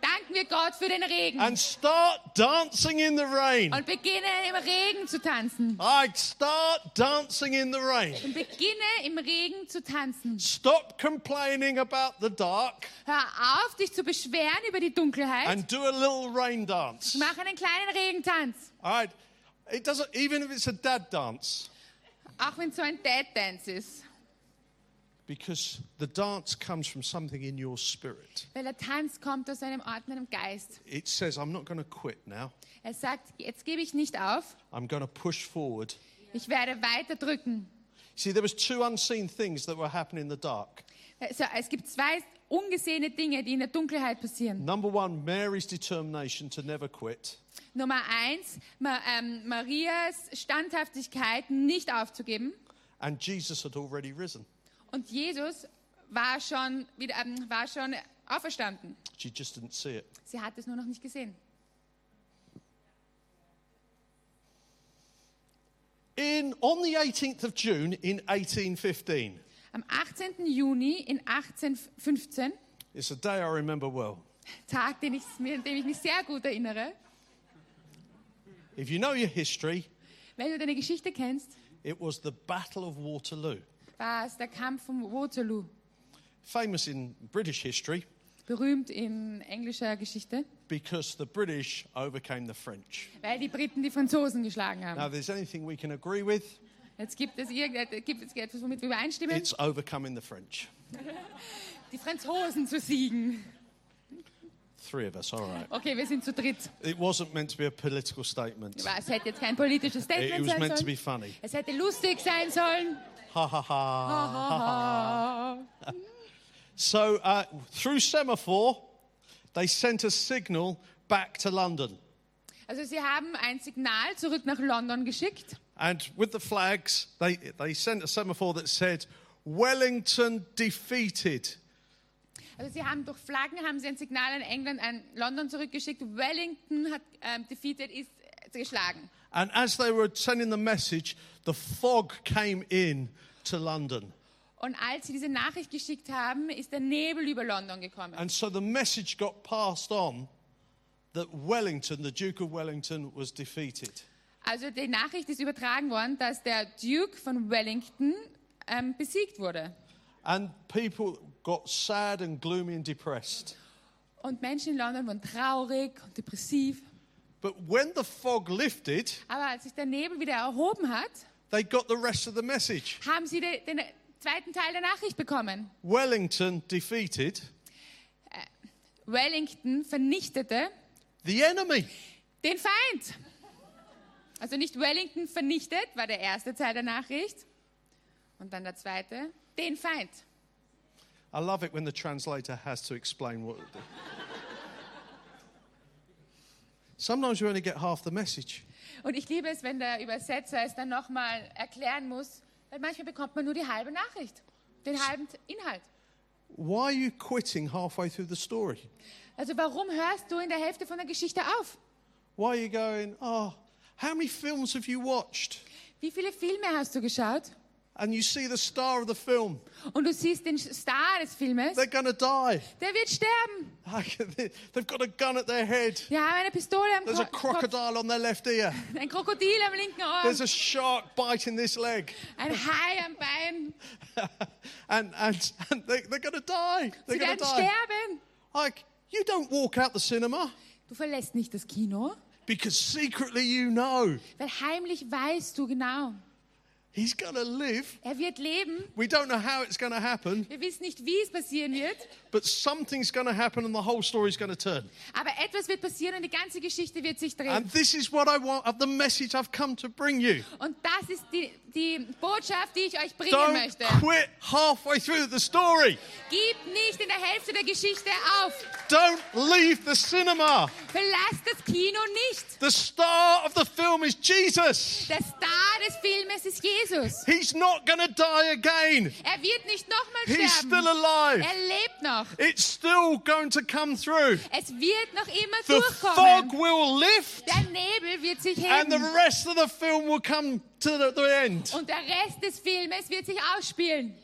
danken wir Gott für den Regen And start dancing in the rain. und beginnen im Regen zu tanzen. I'd start dancing in the rain. Und beginne im Regen zu tanzen. Stop complaining about the dark Hör auf, dich zu beschweren über die Dunkelheit. and do a little rain dance. Mach einen kleinen Regentanz, All right. It doesn't, even if it's a dad dance, auch wenn es so ein Dad-Dance ist. because the dance comes from something in your spirit. Weil der Tanz kommt aus einem Ort, in einem Geist. It says, I'm not going to quit now. Er sagt, jetzt gebe ich nicht auf, I'm going to push forward. ich werde weiter drücken. See, there was two unseen things that were happening in the dark. Also, es gibt zwei ungesehene Dinge, die in der Dunkelheit passieren. Number one, Mary's determination to never quit. Nummer eins, Ma ähm, Marias Standhaftigkeit nicht aufzugeben. And Jesus had already risen. Und Jesus war schon, wieder, ähm, war schon auferstanden. She just didn't see it. Sie hat es nur noch nicht gesehen. In, on the 18th of June in 1815, Am 18. Juni in 1815, it's a day I remember well. Tag, den ich, mir- an den ich mich sehr gut erinnere, If you know your history, wenn du deine Geschichte kennst, it was the Battle of Waterloo, war es der Kampf um Waterloo, famous in British history berühmt in englischer Geschichte, because the British overcame the French. weil die Briten die Franzosen geschlagen Now, haben. if there's anything we can agree with, Jetzt gibt es, irgendet- gibt es etwas, womit wir übereinstimmen, it's overcoming the French. die Franzosen zu siegen. Three of us, all right. Okay, wir sind zu dritt. It wasn't meant to be a political statement. Aber Es hätte jetzt kein politisches It Statement was sein meant to be sollen. funny. Es hätte lustig sein sollen. <laughs> Ha ha ha. Ah. So uh, through semaphore, they sent a signal back to London, Also sie haben ein Signal zurück nach London geschickt and with the flags, they they sent a semaphore that said Wellington defeated. Also sie haben durch Flaggen haben sie ein Signal an England, an London zurückgeschickt. Wellington hat ähm, defeated, ist äh, geschlagen. And as they were sending the message, the fog came in to London. Und als sie diese Nachricht geschickt haben, ist der Nebel über London gekommen. And so the message got passed on that Wellington, the Duke of Wellington, was defeated. Also die Nachricht ist übertragen worden, dass der Duke von Wellington ähm, besiegt wurde. And people got sad and gloomy and depressed. Und Menschen in London waren traurig und depressiv. But when the fog lifted, Aber als sich der Nebel wieder erhoben hat, they got the rest of the message. haben sie de- den äh, zweiten Teil der Nachricht bekommen. Wellington defeated Wellington vernichtete the enemy. den Feind. Also nicht Wellington vernichtet, war der erste Teil der Nachricht. Und dann der zweite, den Feind. I love it when the translator has to explain what. <laughs> Sometimes you only get half the message. Und ich liebe es, wenn der Übersetzer es dann nochmal erklären muss, weil manchmal bekommt man nur die halbe Nachricht, den halben T- Inhalt. Why are you quitting halfway through the story? Also warum hörst du in der Hälfte von der Geschichte auf? Why are you going, oh, how many films have you watched? Wie viele Filme hast du geschaut? And you see the star of the film, Und du siehst den Star des Filmes, they're going to die. <laughs> der wird sterben. They've got a gun at their head. Wir haben eine Pistole am There's a Ko- Kopf, crocodile on their left ear. ein Krokodil am linken There's Ohr, a shark biting this leg. ein Hai am Bein. and and, and they, they're going to die. Sie They're going werden to die. sterben. Like, you don't walk out the cinema Du verlässt nicht das Kino, because secretly you know weil heimlich weißt du genau, he's going to live. er wird leben. We don't know how it's going to happen, Wir wissen nicht, wie es passieren wird, but something's going to happen and the whole story's going to turn. aber etwas wird passieren und die ganze Geschichte wird sich drehen. And this is what I want of the message I've come to bring you. Und das ist die, die Botschaft, die ich euch bringen Don't möchte. quit halfway through the story. Gib nicht in der Hälfte der Geschichte auf. Don't leave the cinema. Verlass das Kino nicht. The star of the film is Jesus. Der Star des Filmes ist Jesus. He's not going to die again. Er wird nicht nochmal He's still sterben. alive. Er lebt noch. It's still going to come through. Es wird noch immer The fog durchkommen. will lift Der Nebel wird sich and the heben. rest of the film will come to the, the end. Und der Rest des Filmes wird sich ausspielen.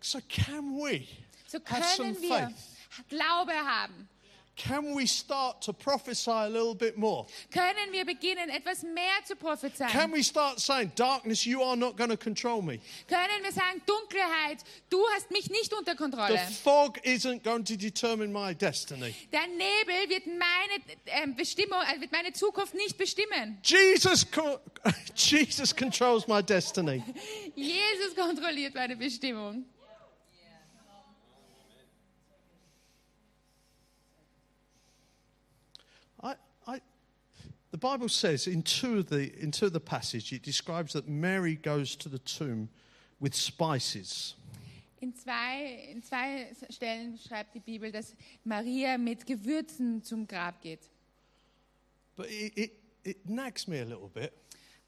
So, can we So have some können wir faith? Glaube haben. Can we start to prophesy a little bit more? Können wir beginnen, etwas mehr zu Can prophezeien? we start saying, Darkness, you are not going to control me? Können wir sagen, Dunkelheit, du hast mich nicht unter The Kontrolle. fog isn't going to determine my destiny. Der Nebel wird meine ähm, Bestimmung, äh, wird meine Zukunft nicht bestimmen. Jesus, co- <laughs> Jesus controls my destiny. Jesus kontrolliert meine Bestimmung. I, I, the Bible says in two, of the, in two of the passage, it describes that Mary goes to the tomb with spices. In zwei, in zwei Stellen schreibt die Bibel, dass Maria mit Gewürzen zum Grab geht. But it, it, it nags me a little bit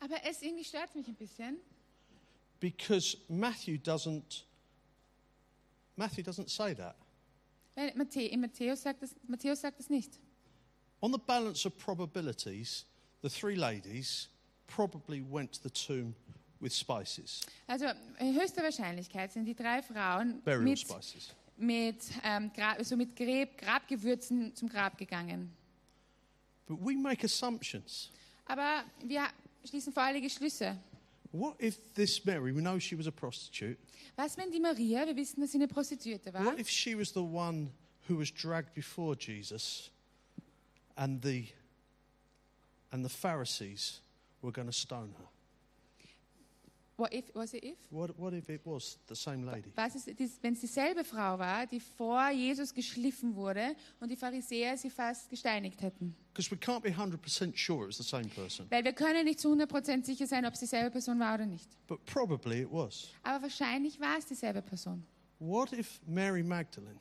Aber es irgendwie stört mich ein bisschen, because Matthew doesn't, Matthew doesn't say that. weil Matthä in Matthäus sagt das, Matthäus sagt das nicht. On the balance of probabilities, the three ladies probably went to the tomb with spices, Also in höchster Wahrscheinlichkeit sind die drei Frauen burial mit, spices. mit, ähm, Gra also mit Gräb, Grabgewürzen zum Grab gegangen. But we make assumptions. Aber wir schließen voreilige Schlüsse. What if this Mary, we know she was a prostitute, Was, wenn die Maria, wir wissen, dass sie eine Prostituierte war, what if she was the one who was dragged before Jesus and the, and the Pharisees were going to stone her? what if, was it if? What, what if it was the same lady? Was ist, dies- wenn es dieselbe Frau war, die vor Jesus geschliffen wurde und die Pharisäer sie fast gesteinigt hätten? Because we can't be 100% sure it was the same person, Weil wir können nicht zu 100% sicher sein, ob es dieselbe Person war oder nicht. but probably it was. Aber wahrscheinlich war es dieselbe Person. What if Mary Magdalene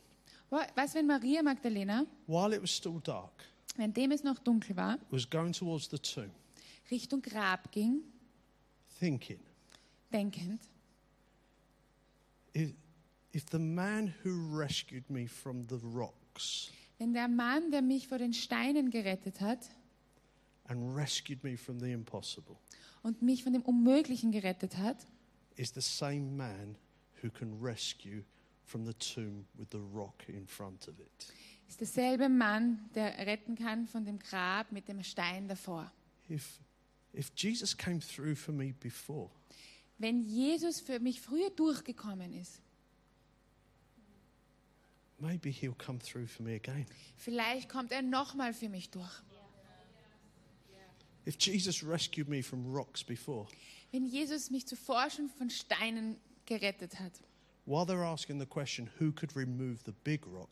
Wo- Was, wenn Maria Magdalena, while it was still dark, währenddem es noch dunkel war, was going towards the tomb, Richtung Grab ging, thinking, denkend, if, if the man who rescued me from the rocks wenn der Mann, der mich vor den Steinen gerettet hat and rescued me from the impossible und mich von dem Unmöglichen gerettet hat, is the same man who can rescue from the tomb with the rock in front of it, ist derselbe Mann, der retten kann von dem Grab mit dem Stein davor. if, if Jesus came through for me before, Wenn Jesus für mich früher durchgekommen ist, maybe he'll come through for me again. vielleicht kommt er nochmal für mich durch. If Jesus rescued me from rocks before, Wenn Jesus mich zuvor schon von Steinen gerettet hat. while they're asking the question, who could remove the big rock?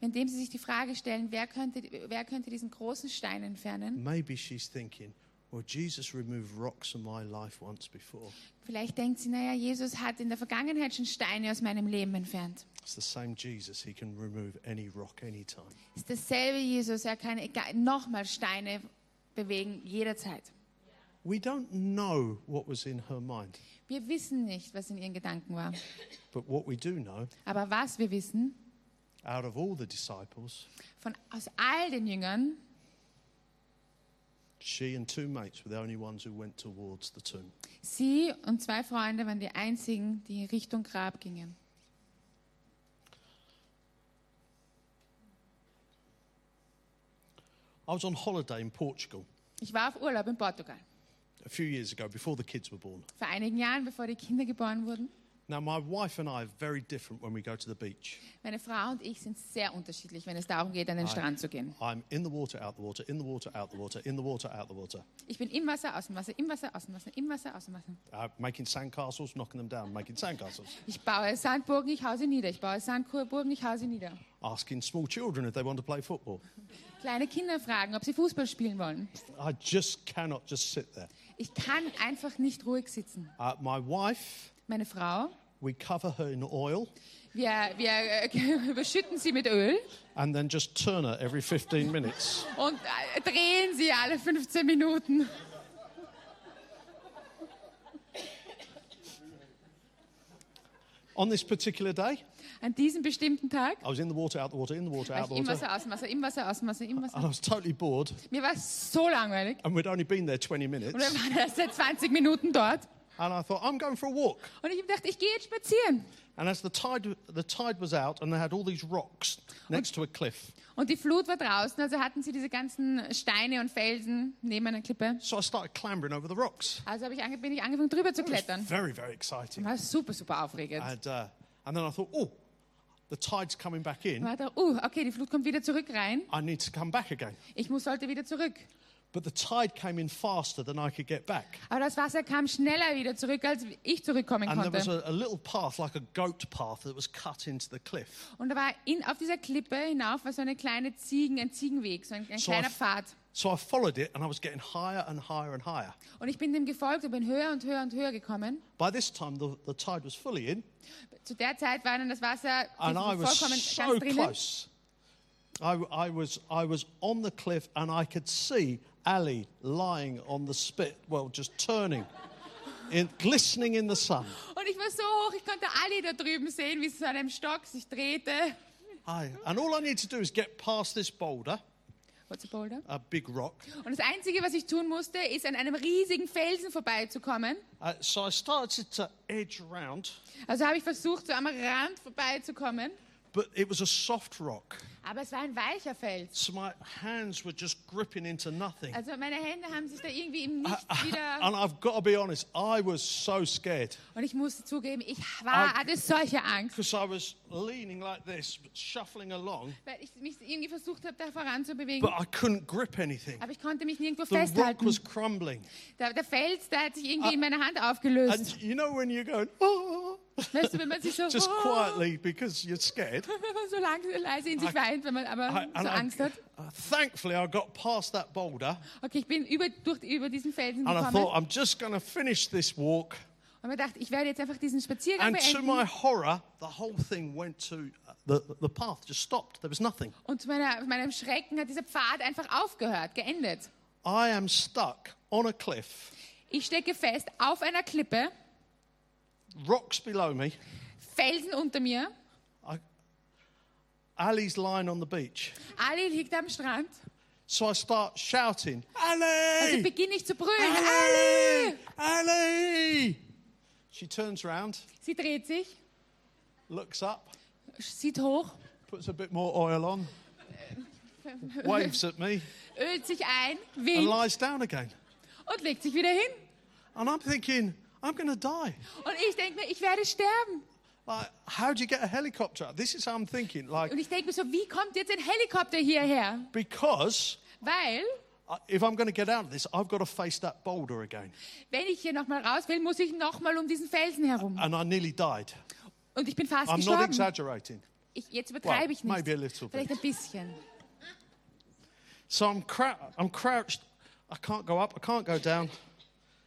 Indem sie sich die Frage stellen, wer könnte, wer könnte diesen großen Stein entfernen? Maybe she's thinking, well, Jesus removed rocks from my life once before. Vielleicht denkt sie, naja, Jesus hat in der Vergangenheit schon Steine aus meinem Leben entfernt. It's the same Jesus. He can remove any rock anytime. Ist dasselbe Jesus, er kann egal- nochmal Steine bewegen, jederzeit. We don't know what was in her mind, Wir wissen nicht, was in ihren Gedanken war. but what we do know, Aber was wir wissen, out of all the disciples, von, aus all den Jüngern, she and two mates were the only ones who went towards the tomb. sie und zwei Freunde waren die einzigen, die in Richtung Grab gingen. I was on holiday in Portugal Ich war auf Urlaub in Portugal a few years ago, before the kids were born. vor einigen Jahren, bevor die Kinder geboren wurden. Now, my wife and I are very different when we go to the beach. Meine Frau und ich sind sehr unterschiedlich, wenn es darum geht, an den Strand zu gehen. I'm in the water, out the water, in the water, out the water, in the water, out the water. Ich bin im Wasser, aus dem Wasser, im Wasser, aus dem Wasser, im Wasser, aus dem Wasser. Uh, making sandcastles, knocking them down, making sandcastles. Ich baue Sandburgen, ich hau sie nieder. Ich baue Sandburgen, ich hau sie nieder. Asking small children if they want to play football. Kleine Kinder fragen, ob sie Fußball spielen wollen. I just cannot just sit there. Ich kann einfach nicht ruhig sitzen. Uh, my wife, Meine Frau, we cover her in oil wir, wir äh, <laughs> überschütten sie mit Öl and then just turn her every 15 minutes. und äh, drehen sie alle 15 Minuten. On this particular day, An diesem bestimmten Tag I was in the water, out the water, in the water, war out ich the im water. Wasser, aus dem Wasser, im Wasser, aus dem Wasser, im Wasser. And I was totally bored. Mir war so langweilig. And we'd only been there 20 Und wir minutes. waren erst seit 20 Minuten dort. And I thought, I'm going for a walk. Und ich habe gedacht, ich gehe jetzt spazieren. And as the tide, the tide was out, and they had all these rocks next to a cliff. Und die Flut war draußen, also hatten sie diese ganzen Steine und Felsen neben einer Klippe. So I started clambering over the rocks. Also habe ich ange bin ich angefangen, drüber zu It was klettern. very, very exciting. War super, super aufregend. And, uh, and then I thought, oh, the tide's coming back in. War da, uh, okay, die Flut kommt wieder zurück rein. I need to come back again. Ich muss, sollte wieder zurück. But the tide came in faster than I could get back. Aber das Wasser kam schneller wieder zurück, als ich zurückkommen And there was konnte. a, a little path, like a goat path, that was cut into the cliff. Und da war in, auf dieser Klippe hinauf war so eine kleine Ziegen, ein Ziegenweg, so ein, ein So kleiner auf- Pfad. So I followed it, and I was getting higher and higher and higher. Und ich bin dem gefolgt und bin höher und höher und höher gekommen. By this time, the, the tide was fully in, Zu der Zeit war dann das Wasser and I was vollkommen so ganz drinnen. close. I, I was, I was on the cliff, and I could see Ali lying on the spit, well, just turning, <laughs> in, glistening in the sun. Und ich war so hoch, ich konnte alle da drüben sehen, wie sie so an einem Stock sich drehte. I, and all I need to do is get past this boulder, What's a boulder? a big rock. Und das Einzige, was ich tun musste, ist an einem riesigen Felsen vorbeizukommen. Uh, so I started to edge round, Also habe ich versucht, so am Rand vorbeizukommen. but it was a soft rock. Aber es war ein weicher Fels. So my hands were just gripping into nothing. Also meine Hände haben sich da irgendwie im Ah, Nichts <laughs> wieder... And I've got to be honest, I was so scared Und ich musste zugeben, ich war, hatte solche Angst, because I was leaning like this, shuffling along, weil ich mich irgendwie versucht habe, da voranzubewegen. but I couldn't grip anything. Aber ich konnte mich nirgendwo The rock festhalten. was crumbling. Der, der Fels, der hat sich irgendwie in meiner Hand aufgelöst. And you know when you're going, oh, Weißt du, wenn man sich so, <laughs> just oh, quietly because you're scared. wenn man so lang, leise in sich I- weint, wenn man aber I- Uh-huh. so Angst I, hat. uh, thankfully, I got past that boulder Okay, ich bin über, durch, über diesen Felsen and I gekommen thought, I'm just going to finish this walk. und mir dachte, ich werde jetzt einfach diesen Spaziergang And to beenden. my horror, the whole thing went to uh, the, the path, just stopped. There was nothing. Und zu meiner, meinem Schrecken hat dieser Pfad einfach aufgehört, geendet. I am stuck on a cliff, Ich stecke fest auf einer Klippe, rocks below me. Felsen unter mir, I, Ali's lying on the beach. Ali liegt am Strand. So I start shouting, Also Ali! beginne ich zu brüllen. <laughs> Ali! Ali! She turns round, Sie dreht sich, looks up, sieht hoch, puts a bit more oil on, waves at me, ölt sich ein, and winkt lies down again. und legt sich wieder hin. And I'm thinking, I'm going to die. Und ich denke mir, ich werde sterben. Like, how do you get a helicopter? This is how I'm thinking. Like, Und ich denke mir so, wie kommt jetzt ein Helikopter hierher? because Weil, I- if I'm going to get out of this, I've got to face that boulder again. wenn ich hier nochmal raus will, muss ich nochmal um diesen Felsen herum. And I nearly died. Und ich bin fast I'm not gestorben. exaggerating. Ich, jetzt übertreibe ich Well, maybe a nicht. little bit. Vielleicht ein bisschen. So I'm, crou- I'm crouched. I can't go up. I can't go down.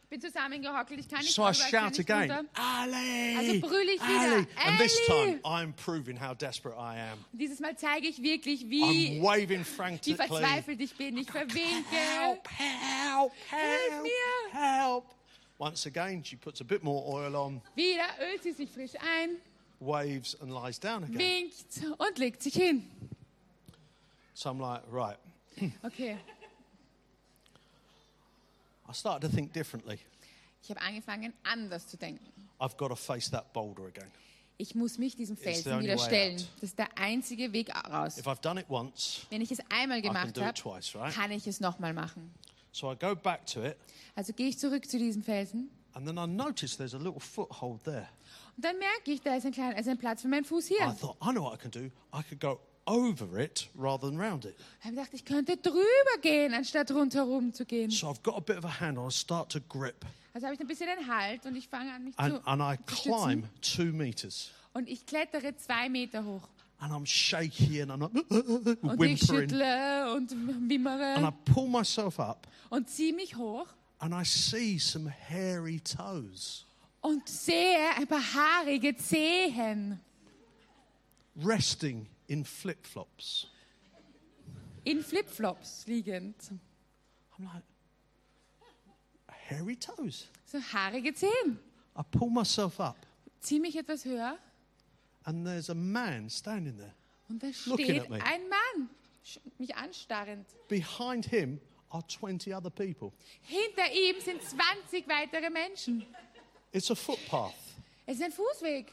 Ich bin zusammengehockelt, ich kann nicht So I rüber, ich kann shout nicht again, runter. Ali, Also brüll ich wieder, Ali. And this "Ali!" time I'm proving how desperate I am. Und Dieses Mal zeige ich wirklich, I'm wie, waving wie frantically. verzweifelt ich bin. Ich verwinke. Oh, Help, help, help, mir. help. Once again, she puts a bit more oil on, Wieder ölt sie sich frisch ein, waves, and lies down again. winkt und legt sich hin. So I'm like, right. Okay. I started to think differently. Ich habe angefangen, anders zu denken. I've got to face that boulder again. Ich muss mich diesem Felsen only wieder way stellen. out. Das ist der einzige Weg raus. If I've done it once, Wenn ich es einmal I can gemacht do it habe, twice, right? kann ich es nochmal machen. So I go back to it, Also gehe ich zurück zu diesem Felsen and then I notice there's a little foothold there. und dann merke ich, da ist ein, kleiner, also ein Platz für meinen Fuß I hier. thought, I know what I can do. I could go over it rather than round it. Ich habe gedacht, ich könnte drüber gehen, anstatt rundherum zu gehen. So I've got a bit of a handle. I start to grip, Also habe ich ein bisschen einen Halt und ich fange an, mich and, zu and I zu stützen. climb two meters. Und ich klettere zwei Meter hoch. And I'm shaky, and I'm like, <laughs> Und ich whimpering. schüttle und And I wimmere pull myself up, und ziehe mich hoch and I see some hairy toes und sehe ein paar haarige Zehen resting in flip flops. in Flipflops liegend. I'm like, hairy toes. So haarige Zehen. I pull myself up, Ziehe mich etwas höher and there's a man standing there. Und da Looking steht at me. ein Mann, sch- mich anstarrend. Behind him are 20 other people. Hinter ihm sind 20 weitere Menschen. It's a footpath. Es ist ein Fußweg.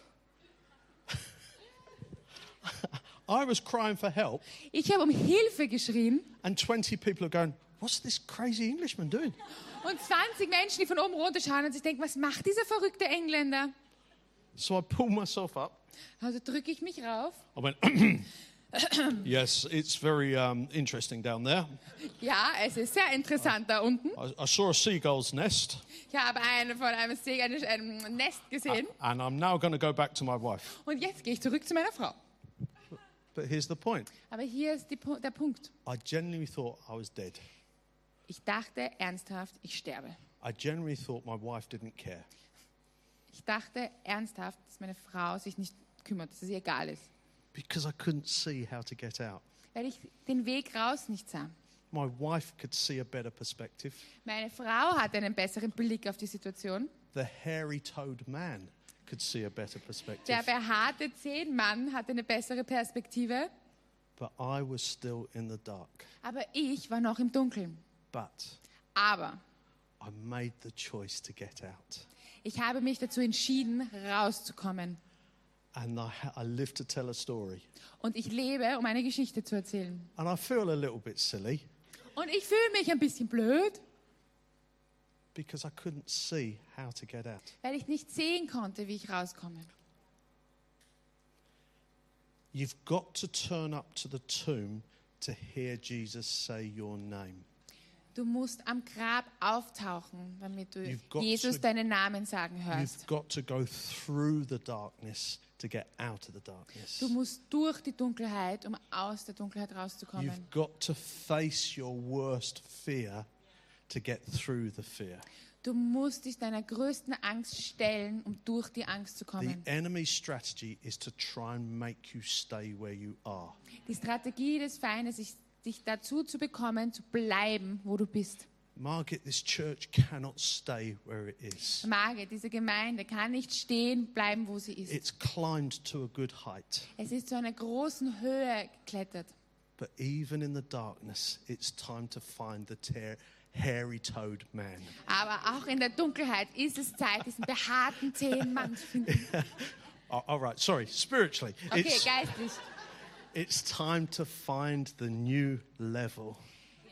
I was crying for help, Ich habe um Hilfe geschrien and 20 people are going, What's this crazy Englishman doing? und 20 Menschen, die von oben runter schauen und sich denken, was macht dieser verrückte Engländer? So I pulled myself up. Also drücke ich mich rauf. I went, <coughs> Yes, it's very um, interesting down there. Ja, es ist sehr interessant da unten. I, I saw a seagull's nest, Ich habe eine von einem See, eine, ein Nest gesehen and I'm now going to go back to my wife. und jetzt gehe ich zurück zu meiner Frau. But here's the point Aber hier ist die, Pu- der Punkt. I genuinely thought I was dead. Ich dachte ernsthaft, ich sterbe. I genuinely thought my wife didn't care. Ich dachte ernsthaft, dass meine Frau sich nicht kümmert, dass es ihr egal ist, because I couldn't see how to get out. weil ich den Weg raus nicht sah. My wife could see a better perspective. Meine Frau hatte einen besseren Blick auf die Situation. The hairy toed man could see a better Der perspective. behaarte Zehnmann hatte eine bessere Perspektive, But I was still in the dark. aber ich war noch im Dunkeln. But Aber I made the choice to get out. ich habe mich dazu entschieden, rauszukommen. And I, ha- I live to tell a story. Und ich lebe, um eine Geschichte zu erzählen. And I feel a little bit silly Und ich fühle mich ein bisschen blöd, because I couldn't see how to get out. weil ich nicht sehen konnte, wie ich rauskomme. You've got to turn up to the tomb to hear Jesus say your name. Du musst am Grab auftauchen, damit du You've got Jesus to- deinen Namen sagen hörst. You've got to go through the darkness to get out of the darkness. Du musst durch die Dunkelheit, um aus der Dunkelheit rauszukommen. You've got to face your worst fear to get through the fear. Du musst dich deiner größten Angst stellen, um durch die Angst zu The kommen. enemy's strategy is to try and make you stay where you are. Die Strategie des Feindes ist, dich dazu zu bekommen, zu bleiben, wo du bist. Margaret, this church cannot stay where it is. Marge, diese Gemeinde kann nicht stehen, bleiben, wo sie ist. It's climbed to a good height, es ist zu einer großen Höhe geklettert. but even in the darkness, it's time to find the tear, hairy toed man. Aber auch in der Dunkelheit ist es Zeit, diesen behaarten Zehenmann zu finden. Oh, all right, sorry, spiritually, Okay, it's, geistlich. it's time to find the new level.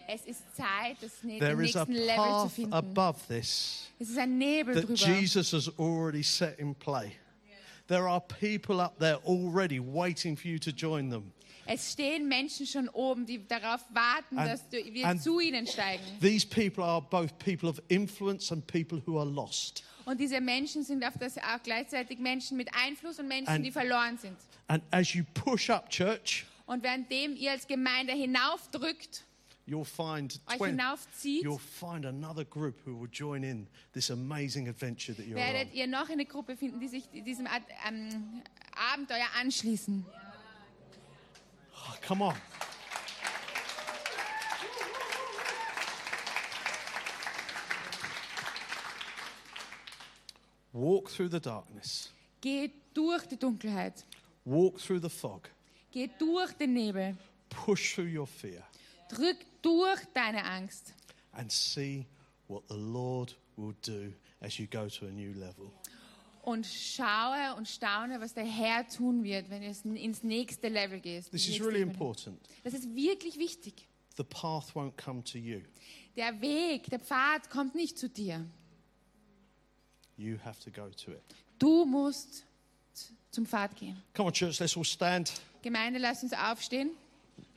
Es ist Zeit, das ne den There is a nächsten Level zu path finden. above this. Es ist ein Nebel that drüber. Jesus has already set in play. There are people up there already waiting for you to join them. Es stehen Menschen schon oben, die darauf warten, And- dass du, wir and- zu ihnen steigen. These people are both people of influence and people who are lost. Und diese Menschen sind auf das auch gleichzeitig Menschen mit Einfluss und Menschen, And- die verloren sind. And as you push up, church, Und währenddem ihr als Gemeinde hinaufdrückt, you'll find euch 20 hinaufzieht, you'll find another group who will join in this amazing adventure that you're on. werdet ihr noch eine Gruppe finden, die sich diesem Ad- ähm, Abenteuer anschließen. Oh, come on. Walk through the darkness. Geht durch die Dunkelheit, Walk through the fog. geht durch den Nebel, push through your fear drück durch deine Angst and see what the Lord will do as you go to a new level. und schaue und staune, was der Herr tun wird, wenn du es n- ins nächste Level gehst. This ins is nächste really Ebene. important. Das ist wirklich wichtig. The path won't come to you. Der Weg, der Pfad kommt nicht zu dir. You have to go to it. Du musst z- zum Pfad gehen. Come on, church, let's all stand. Gemeinde, lasst uns aufstehen.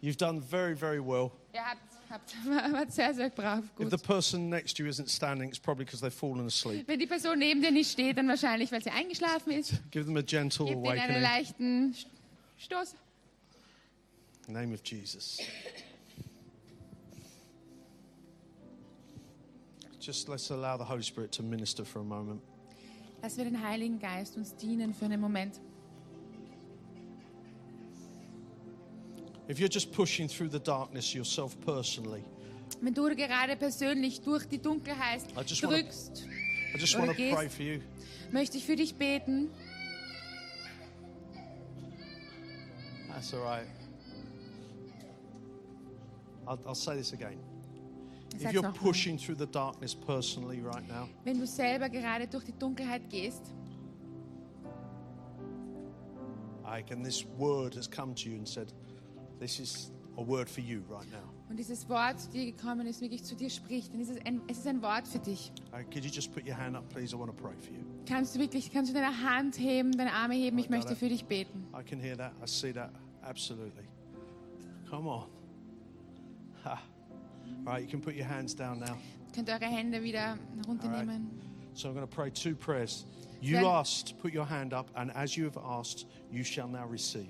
You've done very, very well. Ihr habt, habt, <laughs> habt sehr, sehr brav. If Gut. the person next to you isn't standing, it's probably because they've <laughs> fallen asleep. Wenn die Person neben dir nicht steht, dann wahrscheinlich, weil sie eingeschlafen <laughs> ist. Give them a gentle Gib ihnen einen awakening. leichten St- Stoß. In the name of Jesus. Just let's allow the Holy Spirit to minister for a moment. Lass wir den Heiligen Geist uns dienen für einen Moment. If you're just pushing through the darkness yourself personally, Wenn du gerade persönlich durch die Dunkelheit I just wanna- drückst, I just Lord, want to yes. pray for you. möchte ich für dich beten. That's all right. I'll, I'll say this again. Ich If sag's you're noch mal. pushing through the darkness personally right now, Wenn du selber gerade durch die Dunkelheit gehst, Ike, and this word has come to you and said, This is a word for you right now. und dieses Wort zu dir gekommen ist, wirklich zu dir spricht, dann ist es ein, es ist ein Wort für dich. Uh, could you just put your hand up, please? I want to pray for you. Kannst du wirklich, kannst du deine Hand heben, deine Arme heben, ich Alright, möchte got it. für dich beten. I can hear that. I see that. Absolutely. Come on. Ha. All right, you can put your hands down now. Könnt ihr eure Hände wieder runternehmen. So I'm going to pray two prayers. You Then- asked, put your hand up, and as you have asked, you shall now receive.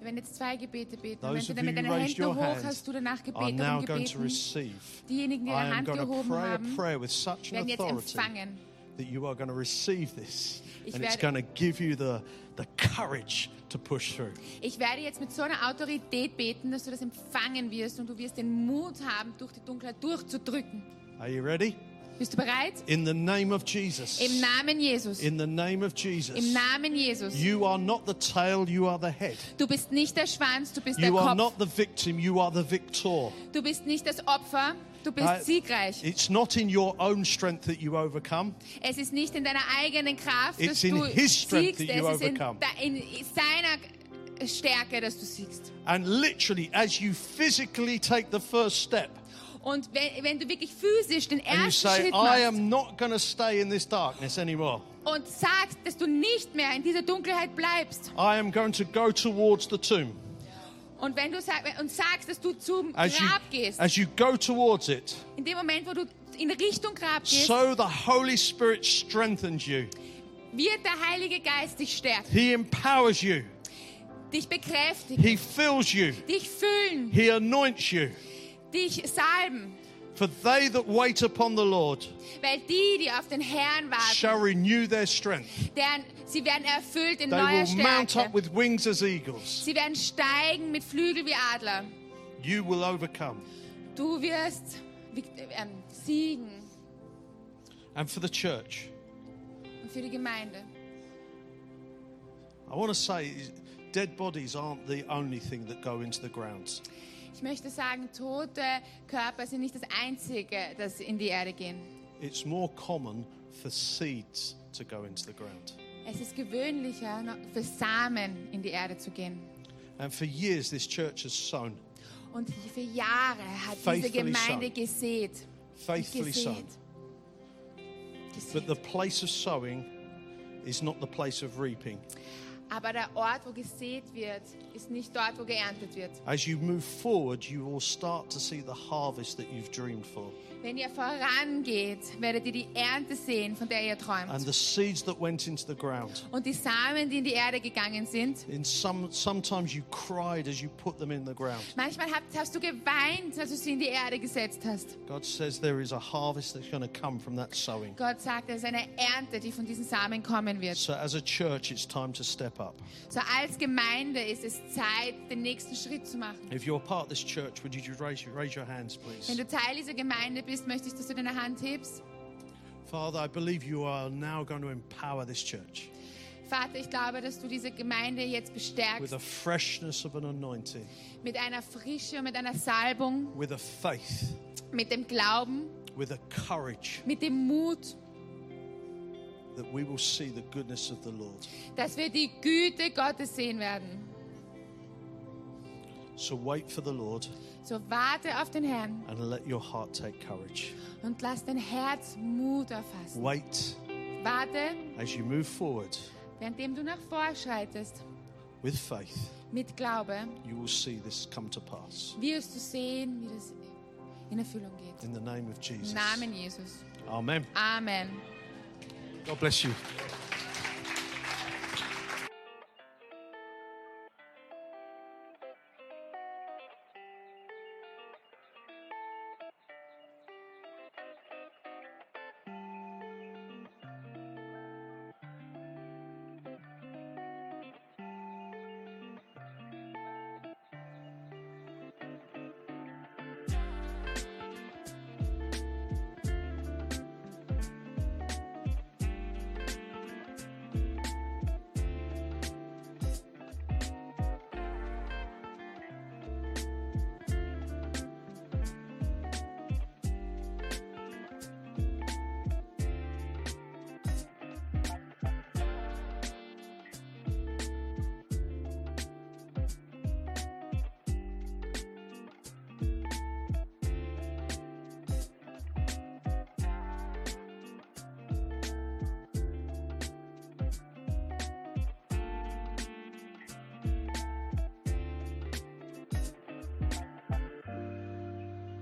Wir werden jetzt zwei Gebete beten. Und wenn Those du dann of you mit who deinen raised Händen your hoch hands hast, du danach are gebetet now und going to gebeten. receive. Diejenigen, die I ihre am Hand going to gehoben pray haben, a prayer with such an werden jetzt authority empfangen. that you are going to receive this, Ich and it's werde- going to give you the the courage to push through. Ich werde jetzt mit so einer Autorität beten, dass du das empfangen wirst und du wirst den Mut haben, durch die Dunkelheit durchzudrücken. Are you ready? Bist du bereit? In the name of Jesus. Im Namen Jesus. In the name of Jesus. Im Namen Jesus. You are not the tail, you are the head. Du bist nicht der Schwanz, du bist der You are Kopf. not the victim, you are the victor. Du bist nicht das Opfer, du bist Uh, siegreich. It's not in your own strength that you overcome. Es ist nicht in deiner eigenen Kraft, It's dass in du his strength siegst. that you Es ist in, overcome. de- in seiner Stärke, dass du siegst. And literally, as you physically take the first step Und wenn, wenn du wirklich physisch den and you ersten say, Schritt I machst am not going to stay in this darkness anymore, und sagst, dass du nicht mehr in dieser Dunkelheit bleibst I am going to go towards the tomb. und wenn du sag, und sagst, dass du zum As you, Grab gehst, as you go towards it, in dem Moment, wo du in Richtung Grab gehst, so the Holy Spirit strengthens you, wird der Heilige Geist dich stärken, He empowers you, dich bekräftigen, He fills you, dich füllen. He anoints you. dich salben, For they that wait upon the Lord weil die, die auf den Herrn warten, shall renew their strength. deren, sie werden erfüllt in They neuer will mount up Stärke. with wings as eagles. Sie werden steigen mit Flügel wie Adler. You will overcome. Du wirst wiek- äh, ähm, siegen And for the church, Und für die Gemeinde. I want to say is dead bodies aren't the only thing that go into the grounds. Ich möchte sagen, tote Körper sind nicht das Einzige, das in die Erde gehen. It's more common for seeds to go into the ground. Es ist gewöhnlicher, noch für Samen in die Erde zu gehen. And for years, this church has sown, Und für Jahre hat diese Faithfully Gemeinde sown. gesät. faithfully sown. Gesät. But the gesät. place of sowing is not the place of reaping. Aber der Ort, wo gesät wird, ist nicht dort, wo geerntet wird. As you move forward, you will start to see the harvest that you've dreamed for. Wenn ihr vorangeht, werdet ihr die Ernte sehen, von der ihr And träumt. the seeds that went into the ground. Und die Samen, die in die Erde gegangen sind, In some, sometimes you cried as you put them in the ground. manchmal habt- hast du geweint, als du sie in die Erde gesetzt hast. God says there is a harvest that's going to come from that sowing. Gott sagt, es ist eine Ernte, die von diesen Samen kommen wird. So as a church, it's time to step up. So als Gemeinde ist es Zeit, den nächsten Schritt zu machen. If you're part of this church, would you just raise, your- raise your hands, Wenn please? du Teil dieser Gemeinde bist, möchte ich, dass du deine Hand hebst. Father, I believe you are now going to empower this church Vater, ich glaube, dass du diese Gemeinde jetzt with bestärkst a freshness of an anointing, mit einer Frische, mit einer Salbung, with a faith, mit dem Glauben, with a courage mit dem Mut, that we will see the goodness of the Lord. dass wir die Güte Gottes sehen werden. So wait for the Lord So warte auf den Herrn and let your heart take courage. und lass dein Herz Mut erfassen. Wait Warte, as you move forward währenddem du nach vorschreitest, with faith. mit Glaube you will see this come to pass. wirst du sehen, wie das in Erfüllung geht. In the name of Jesus. Im Namen Jesus. Amen. Amen. É God bless you.